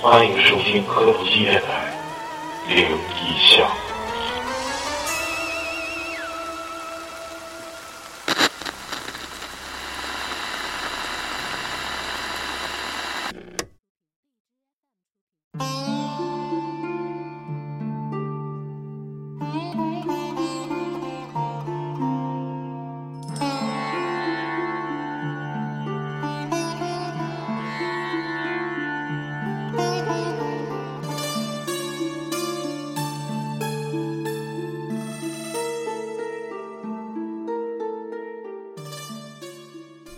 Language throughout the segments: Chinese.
欢迎收听科普纪电台《灵异巷》。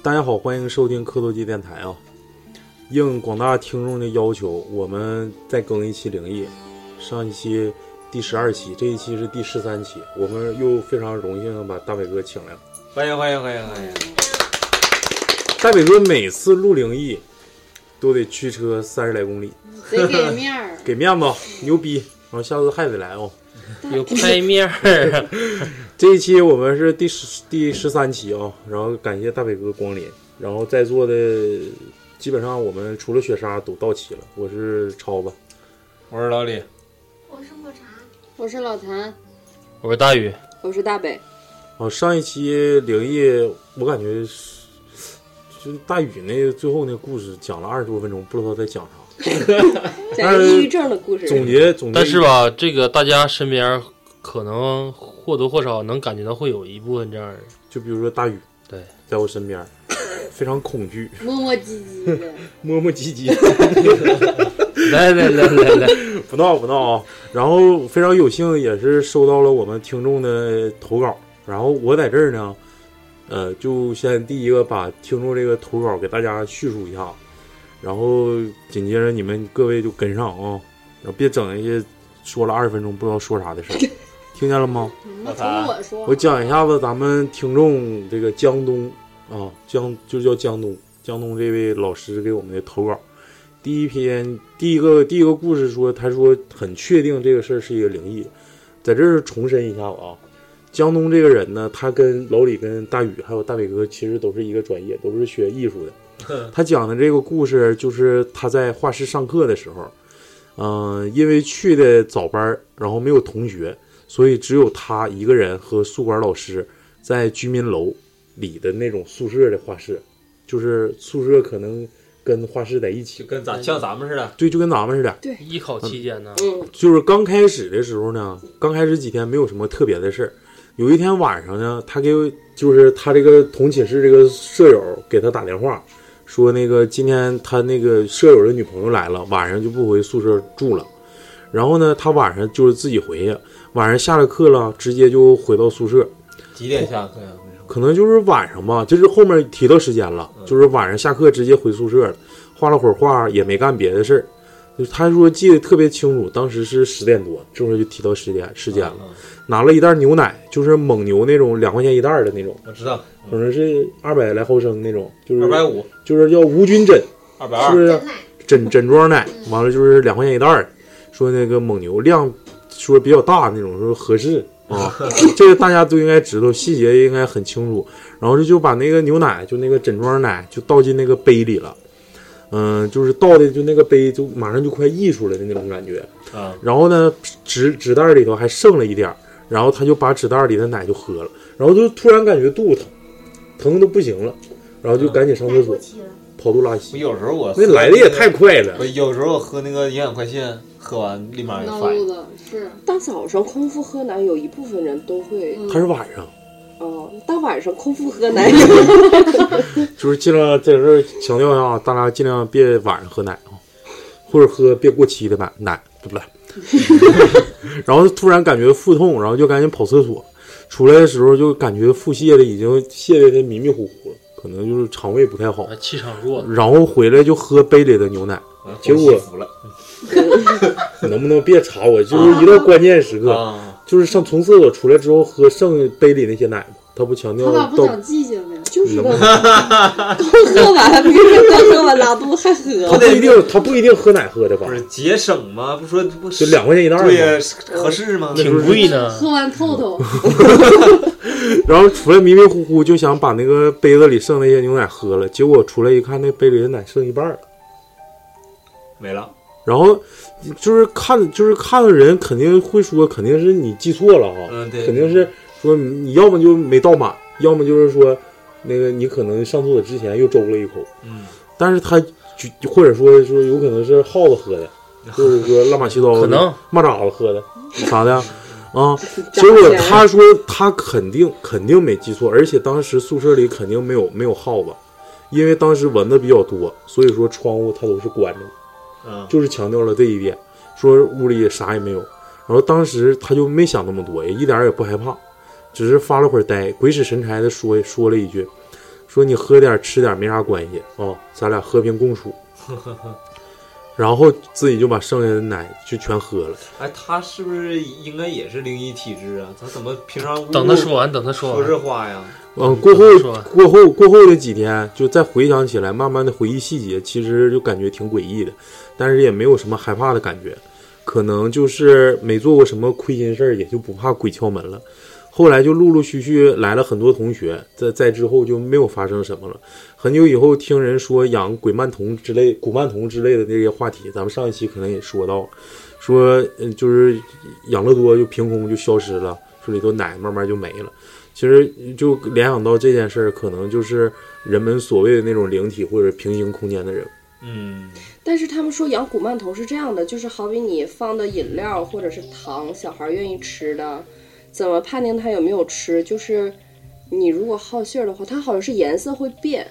大家好，欢迎收听科多基电台啊！应广大听众的要求，我们再更一期灵异。上一期第十二期，这一期是第十三期，我们又非常荣幸地把大伟哥请来了。欢迎欢迎欢迎欢迎！大伟哥每次录灵异都得驱车三十来公里，得 ，给面儿给面子，牛逼！然后下次还得来哦。有拍面儿，这一期我们是第十第十三期啊，然后感谢大北哥光临，然后在座的基本上我们除了雪莎都到齐了，我是超子，我是老李，我是抹茶，我是老谭，我是大宇，我是大北，啊，上一期灵异，我感觉是就是大宇那最后那故事讲了二十多分钟，不知道在讲啥。讲个抑郁症的故事。哎总结总结，但是，吧，这个大家身边可能或多或少能感觉到会有一部分这样的人，就比如说大宇，对，在我身边非常恐惧，磨磨唧唧 的，磨磨唧 唧。来来来来来，不闹不闹啊！然后非常有幸也是收到了我们听众的投稿，然后我在这儿呢，呃，就先第一个把听众这个投稿给大家叙述一下，然后紧接着你们各位就跟上啊，然后别整那些说了二十分钟不知道说啥的事儿，听见了吗？那从我说，我讲一下子咱们听众这个江东啊，江就叫江东，江东这位老师给我们的投稿。第一篇第一个第一个故事说，他说很确定这个事儿是一个灵异，在这儿重申一下子啊。江东这个人呢，他跟老李、跟大宇还有大伟哥其实都是一个专业，都是学艺术的。他讲的这个故事就是他在画室上课的时候，嗯、因为去的早班儿，然后没有同学，所以只有他一个人和宿管老师在居民楼里的那种宿舍的画室，就是宿舍可能跟画室在一就起，跟咱像咱们似的，对，就跟咱们似的。艺考期间呢，嗯，就是刚开始的时候呢，刚开始几天没有什么特别的事儿。有一天晚上呢，他给就是他这个同寝室这个舍友给他打电话，说那个今天他那个舍友的女朋友来了，晚上就不回宿舍住了。然后呢，他晚上就是自己回去，晚上下了课了，直接就回到宿舍。几点下课呀？可能就是晚上吧，就是后面提到时间了，嗯就是晚上下课直接回宿舍了，画了会儿画，也没干别的事儿。就是他说记得特别清楚，当时是十点多，这会儿就提到时间时间了，嗯拿了一袋牛奶，就是蒙牛那种两块钱一袋儿的那种，我知道，可能是二百来毫升那种，就是二百五，就是叫无菌枕，二百是不是二，真？奶枕枕装奶，完了就是两块钱一袋儿，说那个蒙牛量说比较大那种，说合适啊，这个大家都应该知道，细节应该很清楚。然后就把那个牛奶，就那个枕装奶，就倒进那个杯里了，嗯、就是倒的就那个杯就马上就快溢出来的那种感觉。啊，然后呢，纸纸袋里头还剩了一点儿，然后他就把纸袋里的奶就喝了，然后就突然感觉肚子疼，疼的不行了，然后就赶紧上厕奶所过期了，跑肚拉我稀。有时候我那来的也太快了我，有时候喝那个营养快线，喝完立马有闹反肚应，子是，大早上空腹喝奶，有一部分人都会嗯他是晚上。呃哦，大晚上空腹喝奶，就是尽量在这儿强调一下啊，大家尽量别晚上喝奶啊，或者喝别过期的奶奶，对 不对？然后突然感觉腹痛，然后就赶紧跑厕所，出来的时候就感觉腹泻的已经泻的迷迷糊糊了，可能就是肠胃不太好啊。气场弱，然后回来就喝杯里的牛 奶，结果我服了能不能别查我？就是一到关键时刻，啊，就是上从厕所出来之后喝剩杯里那些奶嘛，他不强他调咋不到长记性 呢？就是的，刚喝完，别人刚喝完拉肚还他喝，不一定他不一定喝奶喝的吧不？是节省吗？不说不就两块钱一袋儿对吗？呀，是合适吗？挺贵呢。喝完 透透，然后出来迷迷糊糊就想把那个杯子里剩那些牛奶喝了，结果出来一看，那杯里的奶剩一半儿了，没了，然后就是看就是看的人肯定会说，肯定是你记错了哈，嗯对肯定是说你你要么就没倒满，要么就是说那个你可能上厕所之前又周了一口，嗯，但是他就或者说说有可能是耗子喝的，或者说乱七八糟的，可能蚂蚱子喝的啥的啊，结果他说他肯定肯定没记错，而且当时宿舍里肯定没有没有耗子，因为当时蚊子比较多，所以说窗户它都是关着的。嗯就是强调了这一点，说屋里啥也没有。然后当时他就没想那么多，也一点儿也不害怕，只是发了会儿呆，鬼使神差的说说了一句，说你喝点儿吃点儿没啥关系啊、咱俩和平共处。然后自己就把剩下的奶就全喝了。哎，他是不是应该也是灵异体质啊？他怎么平常等他说完，等他说说这完，话呀？嗯，过后说吧过后过后的几天，就再回想起来，慢慢的回忆细节，其实就感觉挺诡异的，但是也没有什么害怕的感觉，可能就是没做过什么亏心事儿，也就不怕鬼敲门了。后来就陆陆续续来了很多同学，在在之后就没有发生什么了。很久以后听人说养鬼曼童之类、古曼童之类的那些话题，咱们上一期可能也说到，说嗯就是养乐多就凭空就消失了，说里头奶慢慢就没了。其实就联想到这件事儿，可能就是人们所谓的那种灵体或者平行空间的人。嗯，但是他们说养古曼童是这样的，就是好比你放的饮料或者是糖，小孩愿意吃的，怎么判定他有没有吃？就是你如果好信儿的话，它好像是颜色会变，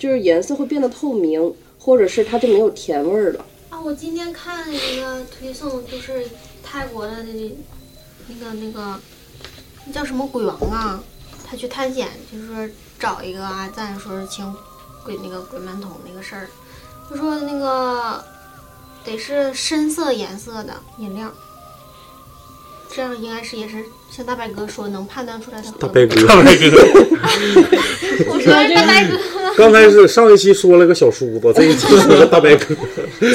就是颜色会变得透明，或者是它就没有甜味儿了。啊，我今天看了一个推送，就是泰国的那那个那个那叫什么鬼王啊，他去探险，就是说找一个阿赞，说是请鬼那个鬼门童那个事儿，就说那个得是深色颜色的饮料。这样应该是也是像大白哥说能判断出来的。 大白哥，大白哥，我说大白哥，刚才是上一期说了个小叔子，这一期说了大白哥。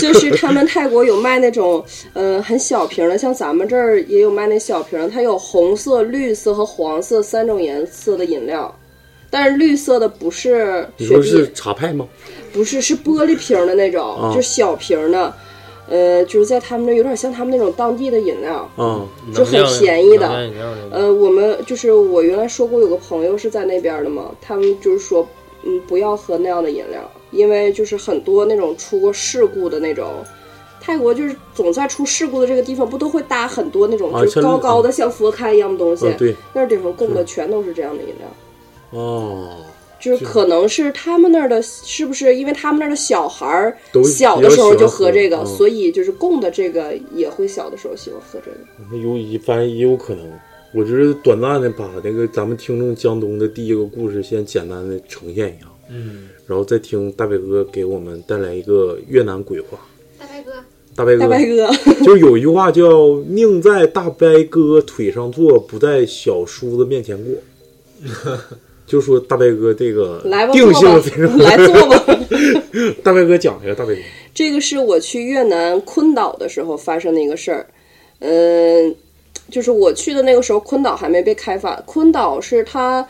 就是他们泰国有卖那种，呃，很小瓶儿的，像咱们这儿也有卖那小瓶儿的，它有红色、绿色和黄色三种颜色的饮料，但是绿色的不是 你雪说碧，是茶派吗？不是是玻璃瓶儿的那种，啊就是小瓶儿的，呃，就是在他们那儿有点像他们那种当地的饮料，啊，就很便宜的能量饮料那种呃，我们就是我原来说过有个朋友是在那边的嘛，他们就是说，嗯，不要喝那样的饮料，因为就是很多那种出过事故的那种，泰国就是总在出事故的这个地方，不都会搭很多那种啊就是像高高的像佛龛一样的东西，啊对，那地方供的全都是这样的饮料。哦，就是可能是他们那儿的，是不是因为他们那儿的小孩儿都小的时候就喝这比个，较喜欢喝嗯所以就是供的这个也会小的时候喜欢喝这个。那有一反正也有可能。我只是短暂的把那个咱们听众江东的第一个故事先简单的呈现一下，嗯，然后再听大白哥给我们带来一个越南鬼话。大白哥，大白哥，大白哥， 就有一句话叫“宁在大白哥腿上坐，不在小叔子面前过” 。就说大白哥这个来吧，定坐性吧非常， 来坐吧。 大白哥讲一个，大白哥这个是我去越南昆岛的时候发生的一个事儿。嗯，就是我去的那个时候，昆岛还没被开发。昆岛是它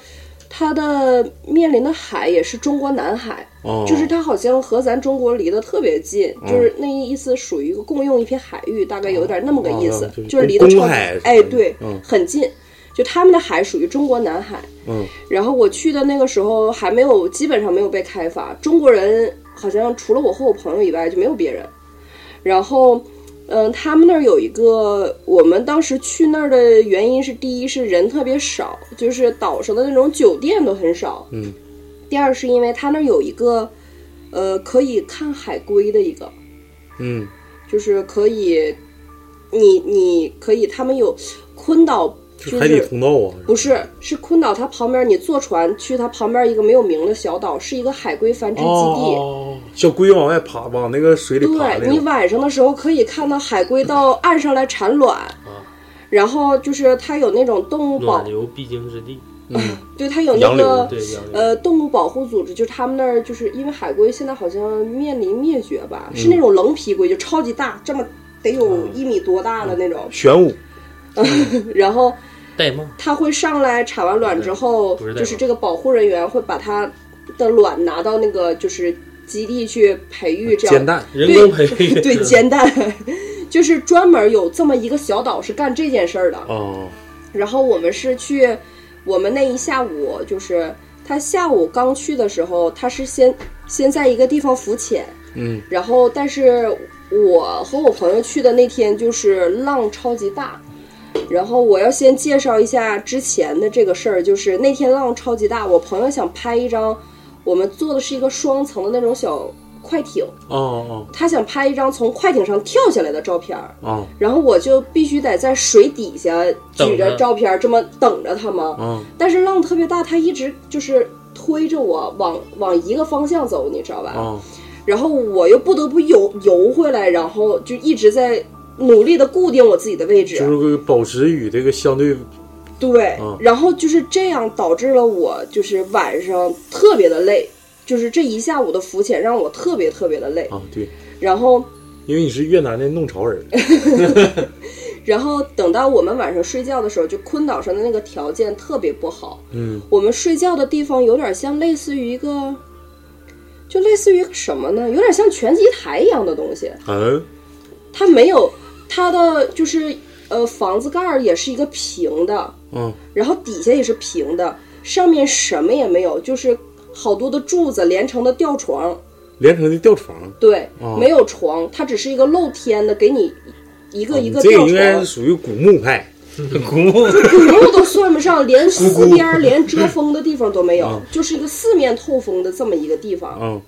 它的面临的海也是中国南海，哦，就是它好像和咱中国离得特别近，就是那意思属于一个共用一片海域，大概有点那么个意思，哦就是就是离得公超级海哎对，嗯很近。就他们的海属于中国南海，嗯然后我去的那个时候还没有，基本上没有被开发。中国人好像除了我和我朋友以外就没有别人。然后，嗯，他们那儿有一个，我们当时去那儿的原因是，第一是人特别少，就是岛上的那种酒店都很少。嗯。第二是因为他那儿有一个，呃，可以看海龟的一个，嗯，就是可以，你你可以，他们有昆岛。就海底通道啊，不是，是昆岛，它旁边你坐船去它旁边一个没有名的小岛，是一个海龟繁殖基地。哦，小龟往外爬，往那个水里爬对那你个，晚上的时候可以看到海龟到岸上来产卵，然后就是它有那种动物保暖，流必经之地，对它有那洋流个对洋流。嗯呃动物保护组织，就是他们那儿就是因为海龟现在好像面临灭绝吧，是那种棱皮龟，就超级大，这么得有一米多大的那种，玄武然后。戴帽，它会上来产完卵之后不是，戴就帽是这个保护人员会把它的卵拿到那个就是基地去培育这样煎蛋，人工培育，对 煎蛋，就是专门有这么一个小岛是干这件事儿的。哦，然后我们是去，我们那一下午就是他下午刚去的时候，他是先先在一个地方浮潜，嗯，然后但是我和我朋友去的那天就是浪超级大。然后我要先介绍一下之前的这个事儿，就是那天浪超级大，我朋友想拍一张，我们坐的是一个双层的那种小快艇，哦他想拍一张从快艇上跳下来的照片儿，哦哦然后我就必须得在水底下举着照片儿这么等着他嘛。哦，但是浪特别大，他一直就是推着我往往一个方向走，你知道吧？哦然后我又不得不游游回来，然后就一直在努力的固定我自己的位置。就是保持与这个相对，对，嗯然后就是这样导致了我就是晚上特别的累，就是这一下午的浮潜让我特别特别的累。啊，对，然后因为你是越南的弄潮 人，然后等到我们晚上睡觉的时候，就昆岛上的那个条件特别不好，嗯，我们睡觉的地方有点像类似于一个，就类似于一个什么呢？有点像拳击台一样的东西，嗯，它没有它的就是呃房子盖儿也是一个平的，嗯，然后底下也是平的，上面什么也没有，就是好多的柱子连成的吊床，连成的吊床，对，哦没有床，它只是一个露天的，给你一个一哦你个这吊个床。应该是属于古墓派，古墓古墓都算不 上，连四边儿连遮风的地方都没有嗯，就是一个四面透风的这么一个地方。嗯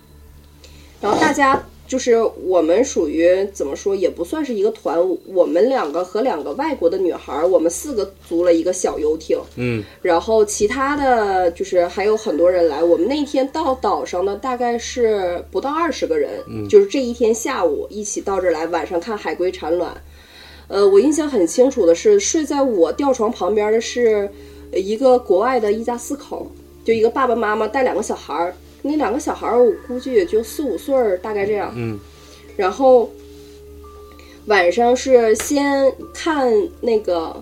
然后大家就是我们属于怎么说，也不算是一个团，我们两个和两个外国的女孩儿，我们四个租了一个小游艇，嗯然后其他的就是还有很多人来。我们那天到岛上的大概是不到二十个人，就是这一天下午一起到这儿来，晚上看海龟产卵。呃，我印象很清楚的是，睡在我吊床旁边的是呃一个国外的一家四口，就一个爸爸妈妈带两个小孩儿。那两个小孩儿，我估计也就四五岁儿，大概这样。嗯然后晚上是先看那个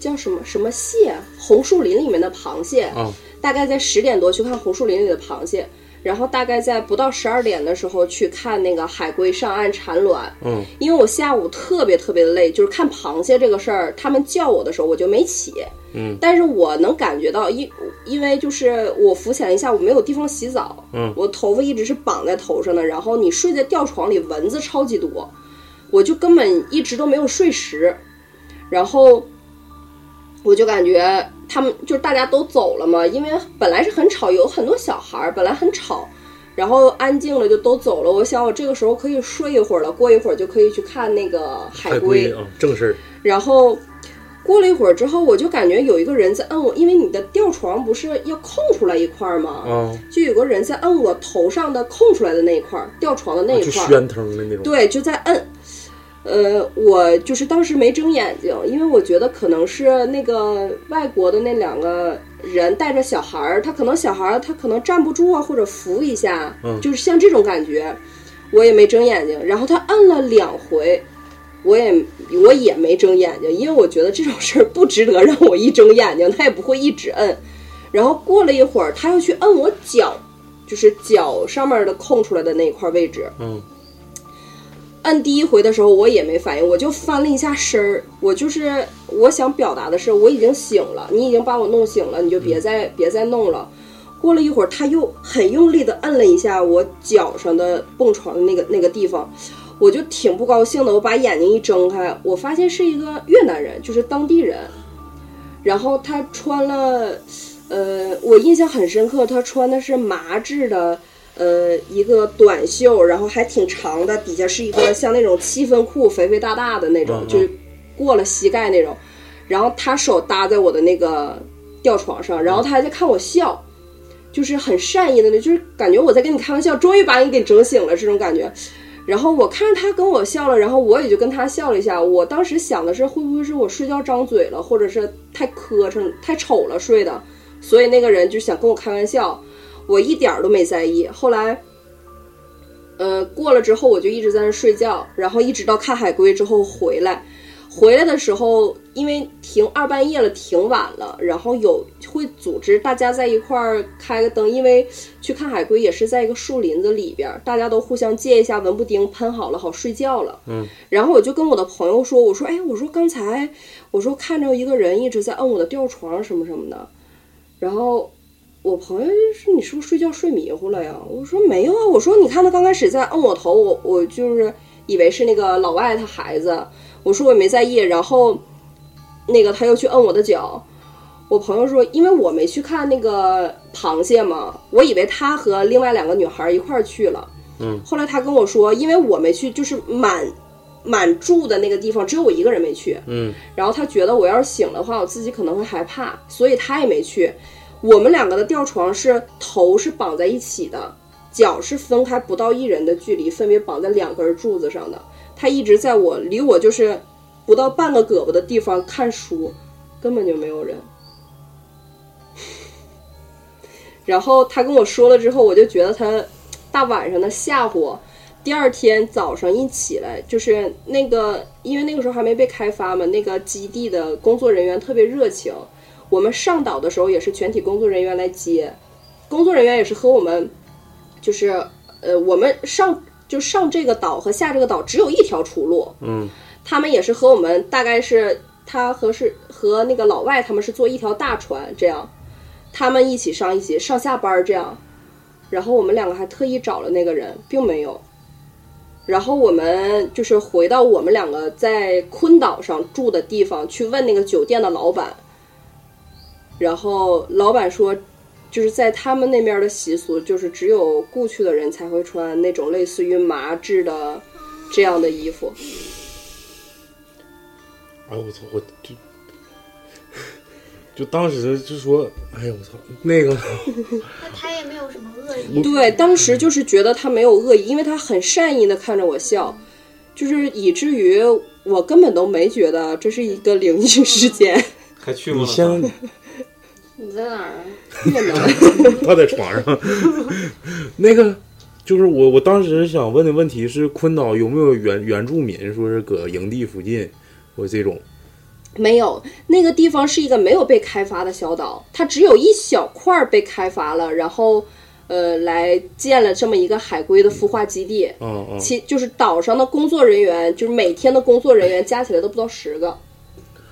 叫什么什么蟹，红树林里面的螃蟹，啊大概在十点多去看红树林里的螃蟹，然后大概在不到十二点的时候去看那个海龟上岸产卵。嗯因为我下午特别特别的累，就是看螃蟹这个事儿，他们叫我的时候我就没起。嗯，但是我能感觉到，因因为就是我浮潜了一下，我没有地方洗澡，嗯我头发一直是绑在头上的，然后你睡在吊床里，蚊子超级多，我就根本一直都没有睡实，然后我就感觉他们就是大家都走了嘛，因为本来是很吵，有很多小孩儿，本来很吵，然后安静了就都走了。我想我这个时候可以睡一会儿了，过一会儿就可以去看那个海龟。啊，正事儿，然后过了一会儿之后，我就感觉有一个人在摁我，因为你的吊床不是要空出来一块儿吗？啊，就有个人在摁我头上的空出来的那一块儿，吊床的那一啊就块儿，喧腾的那种，对，就在摁。呃，我就是当时没睁眼睛，因为我觉得可能是那个外国的那两个人带着小孩儿，他可能小孩儿他可能站不住啊，或者扶一下，嗯就是像这种感觉，我也没睁眼睛。然后他摁了两回，我也我也没睁眼睛，因为我觉得这种事儿不值得让我一睁眼睛，他也不会一直摁。然后过了一会儿，他又去摁我脚，就是脚上面的空出来的那一块位置。嗯，按第一回的时候我也没反应，我就翻了一下身儿。我就是我想表达的是，我已经醒了，你已经把我弄醒了，你就别再、别再弄了。过了一会儿，他又很用力的摁了一下我脚上的蹦床的那个那个地方，我就挺不高兴的。我把眼睛一睁开，我发现是一个越南人，就是当地人。然后他穿了，呃，我印象很深刻，他穿的是麻质的，呃，一个短袖，然后还挺长的，底下是一个像那种七分裤，肥肥大大的那种嗯，嗯就是过了膝盖那种。然后他手搭在我的那个吊床上，然后他还在看我笑，就是很善意的那，就是感觉我在跟你开玩笑，终于把你给整醒了这种感觉。然后我看着他跟我笑了，然后我也就跟他笑了一下。我当时想的是，会不会是我睡觉张嘴了，或者是太磕碜、太丑了睡的，所以那个人就想跟我开玩笑。我一点儿都没在意。后来，呃，过了之后我就一直在那睡觉，然后一直到看海龟之后回来，回来的时候，因为挺二半夜了，挺晚了，然后有会组织大家在一块儿开个灯，因为去看海龟也是在一个树林子里边儿，大家都互相借一下蚊不叮，喷好了好睡觉了。嗯，然后我就跟我的朋友说，我说，哎，我说刚才我说看着一个人一直在摁我的吊床什么什么的，然后我朋友就说：“你是不是睡觉睡迷糊了呀？”我说：“没有啊。”我说：“你看他刚开始在摁我头，我我就是以为是那个老外他孩子，我说我也没在意。然后那个他又去摁我的脚，我朋友说：因为我没去看那个螃蟹嘛，我以为他和另外两个女孩一块儿去了。嗯，后来他跟我说，因为我没去，就是满满住的那个地方只有我一个人没去。嗯，然后他觉得我要是醒的话，我自己可能会害怕，所以他也没去。我们两个的吊床是头是绑在一起的，脚是分开不到一人的距离，分别绑在两根柱子上的。他一直在我离我就是不到半个胳膊的地方看书，根本就没有人。 然后他跟我说了之后，我就觉得他大晚上的吓唬我。第二天早上一起来，就是那个，因为那个时候还没被开发嘛，那个基地的工作人员特别热情。我们上岛的时候也是全体工作人员来接，工作人员也是和我们，就是呃，我们上就上这个岛和下这个岛只有一条出路。嗯，他们也是和我们大概是他和是和那个老外他们是坐一条大船这样，他们一起上一起上下班儿这样，然后我们两个还特意找了那个人，并没有。然后我们就是回到我们两个在昆岛上住的地方，去问那个酒店的老板。然后老板说，就是在他们那边的习俗，就是只有故去的人才会穿那种类似于麻质的这样的衣服。哎我操，我就就当时就说，哎呀我操，那个 那他也没有什么恶意。对，当时就是觉得他没有恶意，因为他很善意的看着我笑，就是以至于我根本都没觉得这是一个灵异事件。 还去过你了先呢。你在哪儿啊？趴在床上，那个就是我，我当时想问的问题是，昆岛有没有原原住民说是搁营地附近或这种？没有，那个地方是一个没有被开发的小岛，它只有一小块儿被开发了，然后，呃，来建了这么一个海龟的孵化基地。嗯嗯，其就是岛上的工作人员，就是每天的工作人员加起来都不到十个，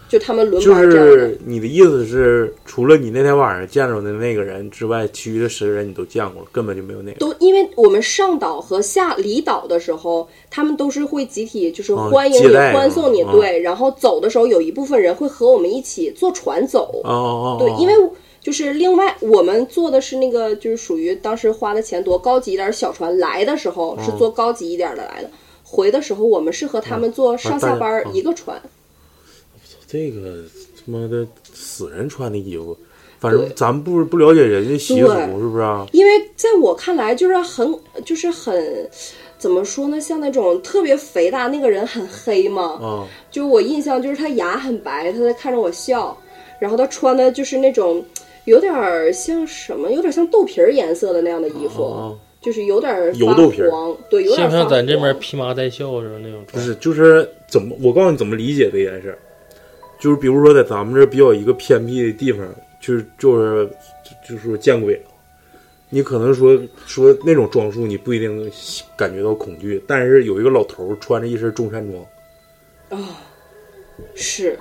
就他们轮就班这样的。是你的意思是，除了你那天晚上见着的那个人之外，其余的十个人你都见过了，根本就没有那个。都因为我们上岛和下离岛的时候，他们都是会集体就是哦欢迎接你、待欢送你，嗯对。然后走的时候，有一部分人会和我们一起坐船走。哦哦哦，对哦，因为就是另外我们做的是那个，就是属于当时花的钱多高级一点的小船，来的时候哦是坐高级一点的来的，回的时候我们是和他们坐上下班嗯一个船。这个他妈的死人穿的衣服，反正咱们不不了解人家习俗对是不是啊？因为在我看来，就是很就是很怎么说呢，像那种特别肥大那个人很黑嘛，啊，就我印象就是他牙很白，他在看着我笑，然后他穿的就是那种有点儿像什么，有点像豆皮儿颜色的那样的衣服。哦就是有点儿油发豆皮儿黄，对，有点像儿不像发咱这边黄披麻戴孝似的那种不状态？是，就是怎么？我告诉你怎么理解这件事儿，就是比如说在咱们这儿比较一个偏僻的地方，就是就是就就是见鬼了。你可能说说那种装束，你不一定感觉到恐惧，但是有一个老头儿穿着一身中山装，是，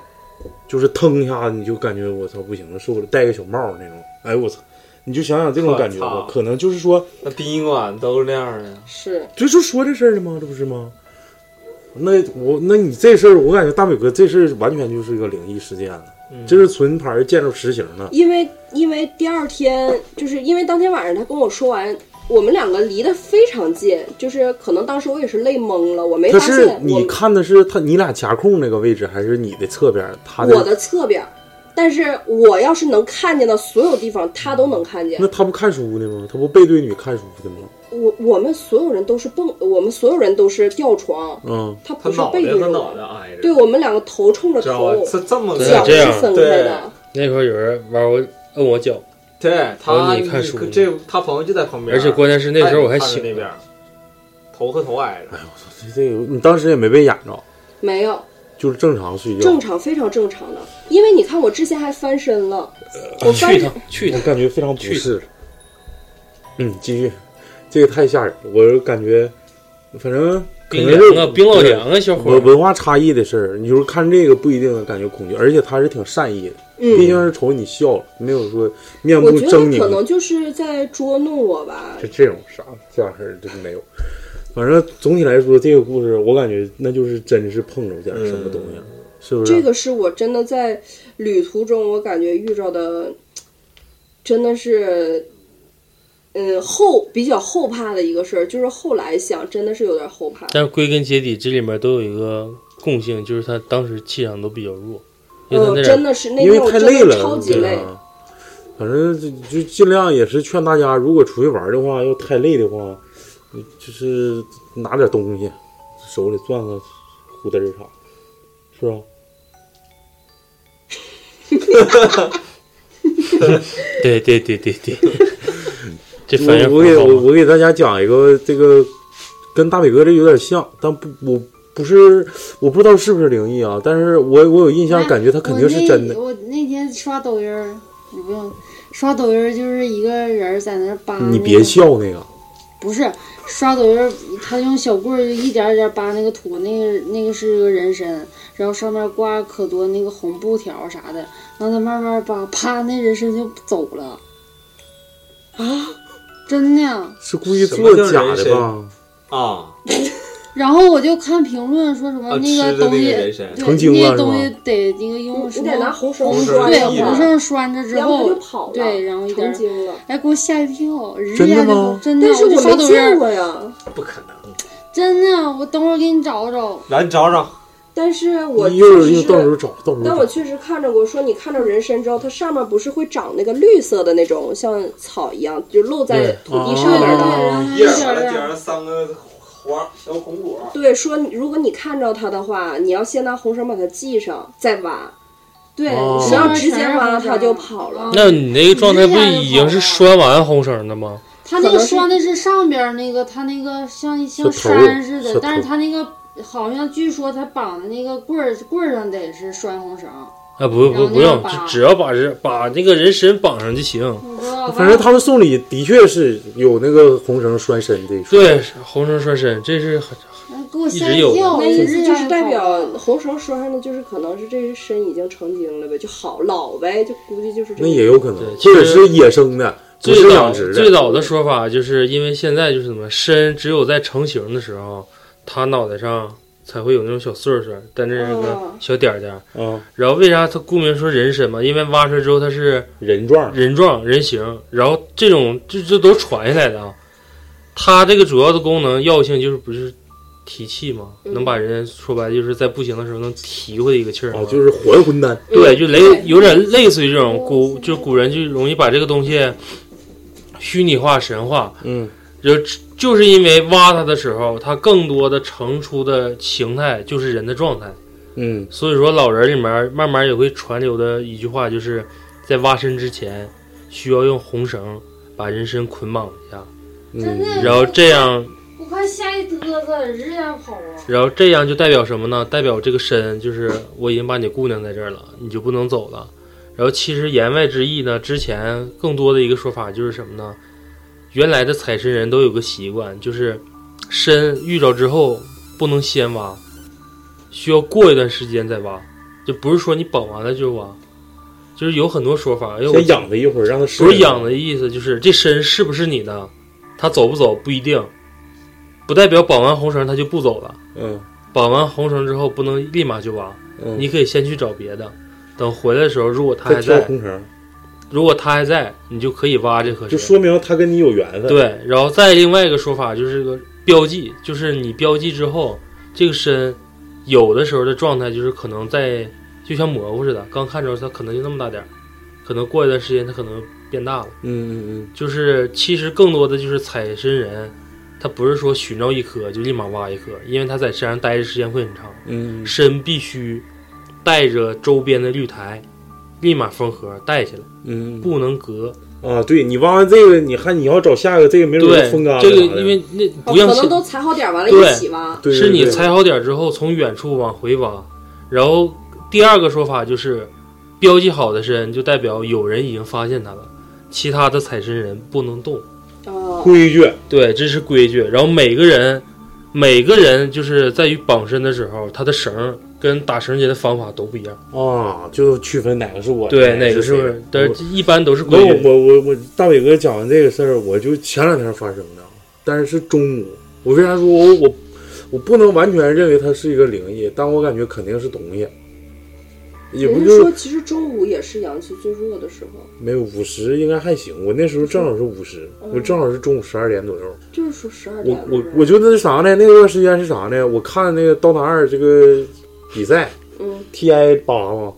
就是腾一下你就感觉我操不行了，受不了，戴个小帽儿那种，哎我操，你就想想这种感觉我吧，操可能就是说那殡仪馆都是那样的，是这就说这事儿了吗？这不是吗？那我那你这事儿，我感觉大美哥这事儿完全就是一个灵异事件了，嗯这是纯牌见着实行的。因为因为第二天就是因为当天晚上他跟我说完，我们两个离得非常近，就是可能当时我也是累懵了，我没可发是现你我看的是他，你俩夹控那个位置，还是你的侧边？他我的侧边儿，但是我要是能看见的所有地方，他都能看见那。他不看书呢吗？他不背对你看书的吗？我我们所有人都是蹦，我们所有人都是吊床，嗯，他他不是脑袋背对他着脑我袋，挨着，对我们两个头冲着知道吧头？，这这么对脚这是样分开的。那会儿有人玩我摁我脚，对我他以为你看书呢这他朋友就在旁边，而且关键是那时候我还看着醒那边，头和头挨着，这这个你当时也没被演着，没有，就是正常睡觉。正常，非常正常的。因为你看，我之前还翻身了，我翻啊去一趟，去一我趟。感觉非常不适。嗯，继续，这个太吓人，我感觉，反正可冰能凉是啊，冰老凉啊，小伙文儿，文化差异的事儿，你就是看这个不一定感觉恐惧，而且他是挺善意的，嗯毕竟是瞅你笑了，没有说面部我觉狰得可狞能，就是在捉弄我吧就。这种啥这样事儿就是没有。反正总体来说，这个故事我感觉那就是真是碰着点儿什么东西了，是不是？嗯啊这个是我真的在旅途中，我感觉遇到的，真的是，嗯，后比较后怕的一个事儿，就是后来想，真的是有点后怕。但是归根结底，这里面都有一个共性，就是他当时气场都比较弱，因为他嗯，那真点的是那因为天我太真累的了，超级对累。啊。反正就就尽量也是劝大家，如果出去玩的话，要太累的话，你就是拿点东西，手里攥个虎嘚儿啥，是吧？对对对对 对，这反应我我给不好我吗我给大家讲一个这个跟大伟哥这有点像，但不我不是我不知道是不是灵异啊，但是我我有印象，感觉他肯定是真的我那。我那天刷抖音儿，你不用刷抖音儿，就是一个人儿在那儿扒。你别，笑那个，不是刷抖音儿，他用小棍儿一点儿一点儿扒那个土，那个那个是个人参，然后上面挂可多那个红布条啥的，然后他慢慢扒，啪，那人参就走了。啊，啊真的。是故意做假什么叫人的吧参？啊，然后我就看评论说什么、啊那吃的东那西个人参，对成精了那是东吧西得那个用什你么得拿红绳红绳拴对，拴一着红下，绳拴着之然后后就跑了。对，然后一点成儿，精了。哎，给我吓一跳，日真的下就吗真的，但是我就我刷没抖音见儿，过呀。不可能，真的，我等会儿给你找找。来你找找，但是我一会儿确实又是到时候找，到时但候我找。确实看着过，说你看着人参之后，它上面不是会长那个绿色的那种像草一样，就露在土地上面的。哦然后叶有儿点完了点儿上三个黄小红果，对，说你如果你看着它的话，你要先拿红绳把它系上，再挖。对，哦你要直接挖它就跑了。那你那个状态不已经是拴完红绳了吗？他那个拴的是上边儿那个，他那个像像是头儿山似是的头，但是他那个好像据说他绑的那个棍儿棍儿上得是拴红绳，啊，不不不然用，后那样只绑只要把人把那个人参绑上就行。我不知道。反正他们送礼的确是有那个红绳拴身的，对，红绳拴身，这是很哎给我一吓直一有跳，那意日思就下是就代跑表了红绳拴上的，就是可能是这个参已经成精了呗，就好老呗，就估计就是这那个。也有可能对，其或者实是野生的，不最是早养殖最的。早的说法，就是因为现在就是什么参只有在成型的时候，它脑袋上才会有那种小穗儿穗儿，带那个哦小点儿点儿。啊，然后为啥它顾名说人参嘛？因为挖出来之后它是人状人状人形，然后这种这这都传下来的啊。它这个主要的功能药性就是不是提气嘛，嗯能把人说白了就是在不行的时候能提回一个气儿啊，嘛就是还魂丹。对，就类有点类似于这种古，就古人就容易把这个东西虚拟化、神化，嗯，就就是因为挖它的时候，它更多的呈出的形态就是人的状态，嗯，所以说老人里面慢慢也会传流的一句话，就是在挖参之前需要用红绳把人参捆绑一下，嗯真的，嗯然后这样，我快吓一嘚瑟，日下跑 啊！然后这样就代表什么呢？代表这个参就是我已经把你姑娘在这儿了，你就不能走了。然后其实言外之意呢，之前更多的一个说法就是什么呢？原来的采参人都有个习惯，就是参遇着之后不能先挖，需要过一段时间再挖，就不是说你绑完了就挖，就是有很多说法。因哎为我先养它一会儿，让它适不应是养的意思，就是这参是不是你的，它走不走不一定，不代表绑完红绳它就不走了。嗯绑完红绳之后不能立马就挖，嗯，你可以先去找别的。等回来的时候，如果它还再挑在，红绳，如果它还在，你就可以挖这棵就参。说明它跟你有缘分。，对，然后再另外一个说法就是个标记，就是你标记之后，这个参有的时候的状态就是可能在就像蘑菇似的，刚看着它可能就那么大点儿，可能过一段时间它可能变大了。嗯嗯就是其实更多的就是采参人，他不是说寻找一棵就立马挖一棵，因为他在山上待着时间会很长，嗯嗯参必须带着周边的绿苔，立马封盒带起来，嗯嗯不能隔。啊，对你挖完这个，你还你要找下一个，这个没准就对风干，了这个啥的因为那哦不像可能现都踩好点儿完了对一起挖。对是你对踩好点儿之后从远处往回挖，然后第二个说法就是，标记好的身就代表有人已经发现它了，其他的采参人不能动。哦，规矩，对，这是规矩。然后每个人，每个人就是在于绑身的时候，他的绳儿跟打绳结的方法都不一样。啊，就区分哪个是我的，对，哪个是是谁？但是一般都是那规我矩。我我我大伟哥讲完这个事儿，我就前两天发生的，但是是中午。我为啥说我我我不能完全认为它是一个灵异，但我感觉肯定是东西，也不人家就说是其实中午也是阳气最弱的时候，没有五十应该还行。我那时候正好是五十，我正好是中午十二点左右。就是说十二我点我了我觉得是啥呢？那段时间是啥呢？我看那个《刀塔二》这个比赛嗯，TI 八嘛，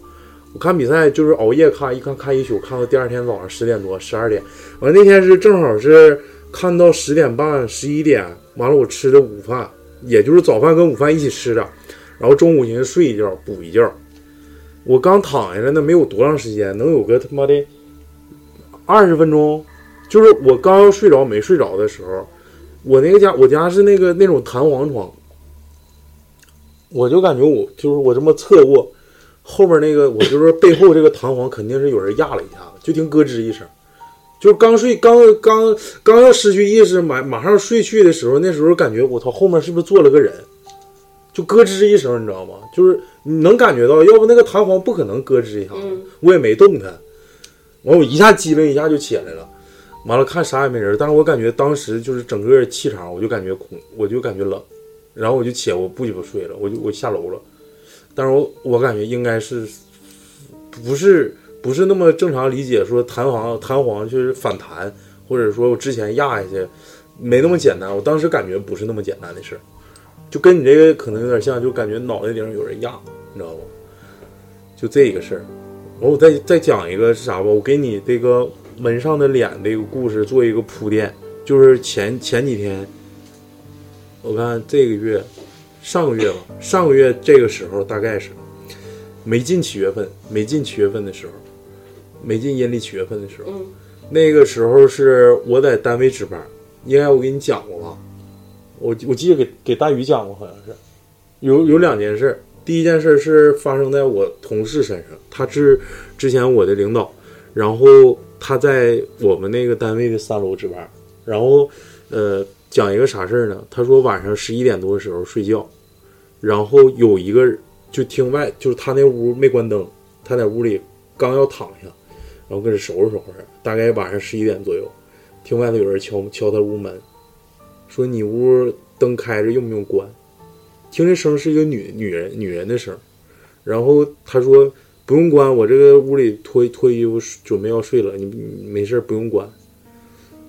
我看比赛就是熬夜看，一看看一宿，看到第二天早上十点多、十二点。完那天是正好是看到十点半、十一点，完了我吃的午饭，也就是早饭跟午饭一起吃的，然后中午寻思睡一觉补一觉。我刚躺下来那没有多长时间，能有个他妈的二十分钟，就是我刚要睡着没睡着的时候，我那个家我家是那个那种弹簧床，我就感觉我就是我这么侧过，后边那个我就是背后这个弹簧肯定是有人压了一下子，就听咯吱一声，就是刚睡刚刚刚要失去意识，马马上睡去的时候，那时候感觉我操后面是不是坐了个人，就咯吱一声，你知道吗？就是你能感觉到，要不那个弹簧不可能咯吱一下子，嗯我也没动它，完我一下机灵一下就起来了。完了看啥也没人，但是我感觉当时就是整个气场，我就感觉恐，我就感觉冷，然后我就起来，我不鸡巴睡了，我就我下楼了，但是我我感觉应该是不是不是那么正常理解说弹簧弹簧就是反弹，或者说我之前压下去没那么简单，我当时感觉不是那么简单的事儿，就跟你这个可能有点像，就感觉脑袋顶上有人压，你知道吗？就这个事儿，然后我再再讲一个是啥吧？我给你这个门上的脸这个故事做一个铺垫，就是前前几天，我看这个月，上个月吧，上个月这个时候大概是没进七月份，没进七月份的时候，没进阴历七月份的时候，嗯那个时候是我在单位值班，应该我给你讲过吧？我我记得给给大鱼讲过，好像是有有两件事。第一件事是发生在我同事身上，他是之前我的领导，然后他在我们那个单位的三楼值班，然后呃讲一个啥事儿呢？他说晚上十一点多的时候睡觉，然后有一个人就听外就是他那屋没关灯，他在屋里刚要躺下，然后跟这收拾收拾，大概晚上十一点左右，听外头有人敲敲他屋门，说你屋灯开着用不用关？听这声是一个女女人女人的声，然后他说不用关，我这个屋里脱脱衣服准备要睡了，你你没事儿不用关。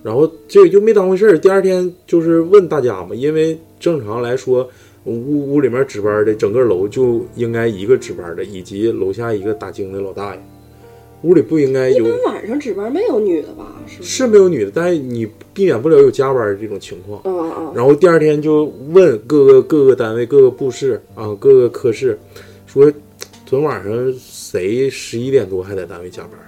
然后这个就没当回事儿，第二天就是问大家嘛，因为正常来说，屋屋里面值班的整个楼就应该一个值班的，以及楼下一个打更的老大爷，屋里不应该一有般晚上值班没有女的吧？是不是？是没有女的，但是你避免不了有加班这种情况。嗯嗯然后第二天就问各个各个单位、各个部室啊、各个科室，说昨天晚上谁十一点多还在单位加班儿？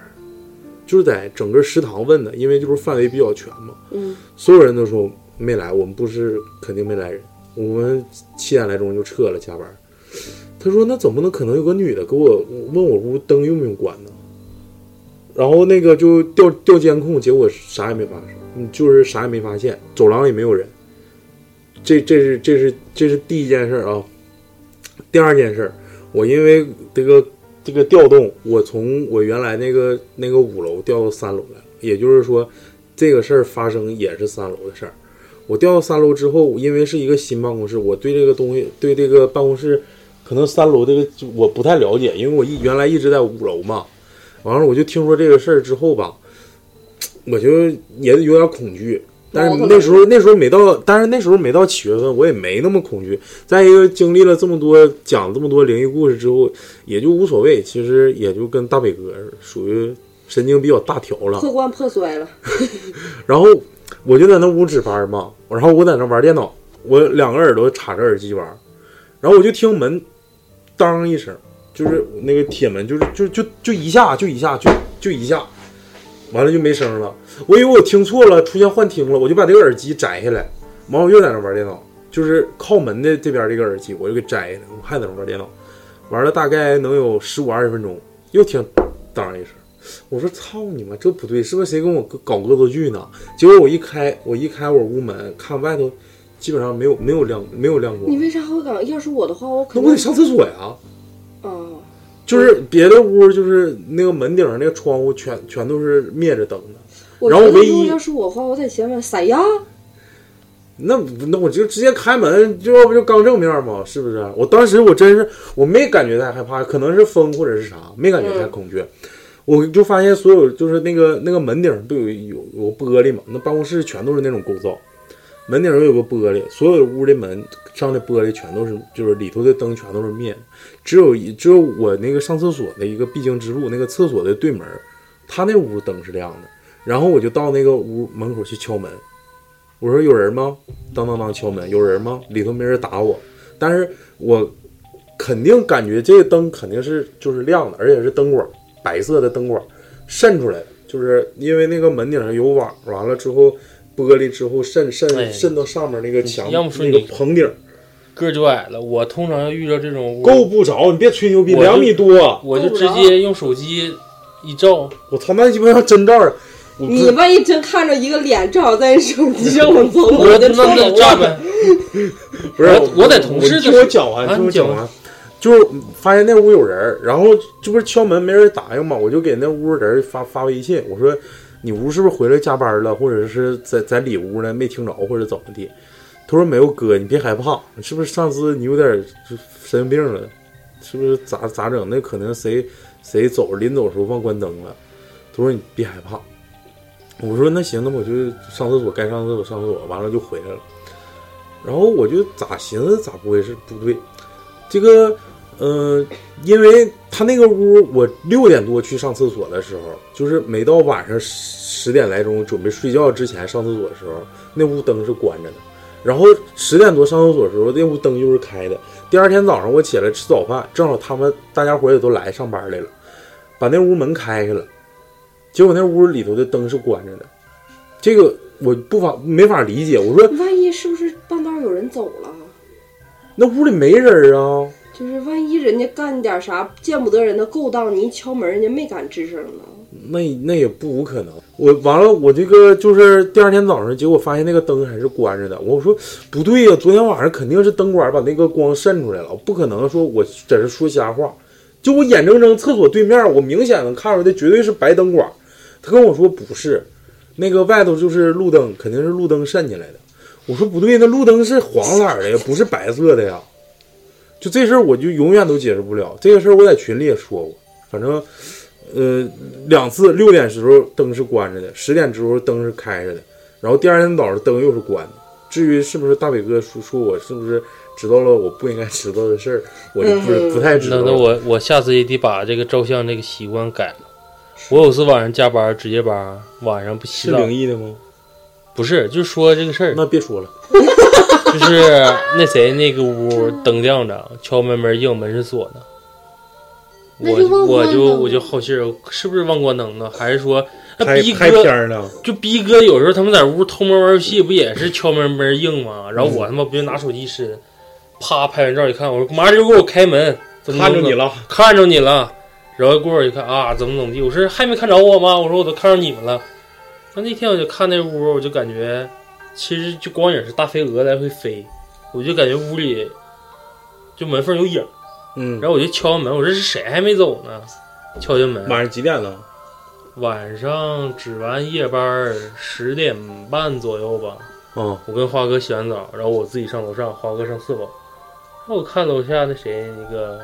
就是在整个食堂问的，因为就是范围比较全嘛。嗯所有人都说没来，我们部室肯定没来人，我们七点来钟就撤了加班。他说那怎么能可能有个女的给我问我屋灯用不用关呢？然后那个就调调监控，结果啥也没发生，嗯，就是啥也没发现，走廊也没有人。这这是这是这是第一件事儿啊。第二件事儿，我因为这个这个调动，我从我原来那个那个五楼调到三楼来了，也就是说，这个事儿发生也是三楼的事儿。我调到三楼之后，因为是一个新办公室，我对这个东西，对这个办公室，可能三楼这个就我不太了解，因为我一原来一直在五楼嘛。完了，我就听说这个事儿之后吧，我就也有点恐惧。但是那时候那时候没到，但是那时候没到七月份，我也没那么恐惧。再一个，经历了这么多讲这么多灵异故事之后，也就无所谓。其实也就跟大北哥属于神经比较大条了嗯，。破罐破摔了。然后我就在那屋值班嘛，然后我在那玩电脑，我两个耳朵插着耳机玩，然后我就听门当一声，就是那个铁门，就是就就就一下就一下就就一下，完了就没声了。我以为我听错了，出现幻听了，我就把这个耳机摘下来，完我又在那玩电脑，就是靠门的这边这个耳机我就给摘下来，我还在那玩电脑。玩了大概能有十五二十分钟，又听当一声，我说操你妈，这不对，是不是谁跟我搞恶作剧呢？结果我一开，我一开我屋门，看外头基本上没有没有亮没有亮光你，为啥会敢？要是我的话，我那肯我定得上厕所呀。哦，就是别的屋，就是那个门顶上那个窗户全全都是灭着灯的，我然后觉得唯如果一要是我的话，我在前面撒丫。那不那我就直接开门，这要不就刚正面吗？是不是？我当时我真是我没感觉太害怕，可能是风或者是啥，没感觉太恐惧。我就发现所有就是那个那个门顶不有有有个玻璃嘛？那办公室全都是那种构造，门顶上有个玻璃，所有屋的门上的玻璃全都是就是里头的灯全都是灭的，只有一只有我那个上厕所的一个必经之路，那个厕所的对门，他那屋灯是亮的。然后我就到那个屋门口去敲门，我说有人吗？当当当敲门，有人吗？里头没人打我，但是我肯定感觉这个灯肯定是就是亮的，而且是灯管，白色的灯管渗出来的，就是因为那个门顶上有网，完了之后玻璃之后渗哎渗渗到上面那个墙，要么说那个你棚顶个儿就矮了。我通常要遇到这种屋，够不着，你别吹牛逼，我就两米多，我就够不直着接用手机一照，我他妈鸡巴要真照儿，我你万一真看着一个脸正好在你手机上，我走，我我就那跳那楼照了。呗，不是我我在同事我的听我讲完，啊听我你讲讲完，就是发现那屋有人儿，然后这不是敲门没人答应嘛，我就给那屋人发发微信，我说你屋是不是回来加班了，或者是在在里屋呢没听着或者怎么地？他说没有哥，你别害怕，是不是上次你有点就神经病了？是不是咋咋整？那可能谁谁走临走时候忘关灯了。他说你别害怕。我说那行，那我就上厕所，该上厕所上厕所，完了就回来了。然后我就咋寻思咋不会是不对，这个，呃，因为他那个屋，我六点多去上厕所的时候，就是每到晚上十点来钟准备睡觉之前上厕所的时候，那屋灯是关着的。然后十点多上厕所的时候，那屋灯又是开的。第二天早上我起来吃早饭，正好他们大家伙也都来上班来了，把那屋门开开了，结果那屋里头的灯是关着的。这个我不法没法理解，我说万一是不是半道有人走了？那屋里没人儿啊，就是万一人家干点啥见不得人的勾当，你一敲门，人家没敢吱声呢。那那也不无可能。我完了，我这个就是第二天早上，结果发现那个灯还是关着的。我说不对呀、昨天晚上肯定是灯管把那个光渗出来了，不可能说我在这说瞎话。就我眼睁睁厕所对面，我明显能看出来，绝对是白灯管。他跟我说不是，那个外头就是路灯，肯定是路灯渗进来的。我说不对，那路灯是黄色儿的呀，不是白色的呀。就这事儿，我就永远都解释不了。这个事儿我在群里也说过，反正呃，两次六点时候灯是关着的，十点之后灯是开着的，然后第二天早上灯又是关的。至于是不是大伟哥说说我是不是知道了我不应该知道的事儿，我就不、嗯不太知道那了。那我我下次也得把这个照相这个习惯改了。我有次晚上加班值夜班，晚上不洗是澡灵，异的吗？不是，就是说这个事儿，那别说了，就是那谁那个屋灯亮着，敲门门硬，门是锁的。那我就忘我就关灯我就了好奇儿，是不是忘关灯了？还是说那拍逼拍片哥儿呢？就逼哥有时候他们在屋偷摸玩游戏，不也是敲门门硬吗？嗯然后我他妈不就拿手机伸，啪拍完照一看，我说马上就给我开门，怎么看着你了，了，看着你了。然后过会儿一看啊，怎么怎么地，我说还没看着我吗？我说我都看着你们了。那那天我就看那屋，我就感觉其实就光影是大飞蛾来回飞，我就感觉屋里就门缝有影儿。嗯，然后我就敲门，我说是谁还没走呢？敲敲门，晚上几点了？晚上值完夜班十点半左右吧，啊，我跟花哥洗完澡，然后我自己上楼上，花哥上四楼。那我看楼下那谁那个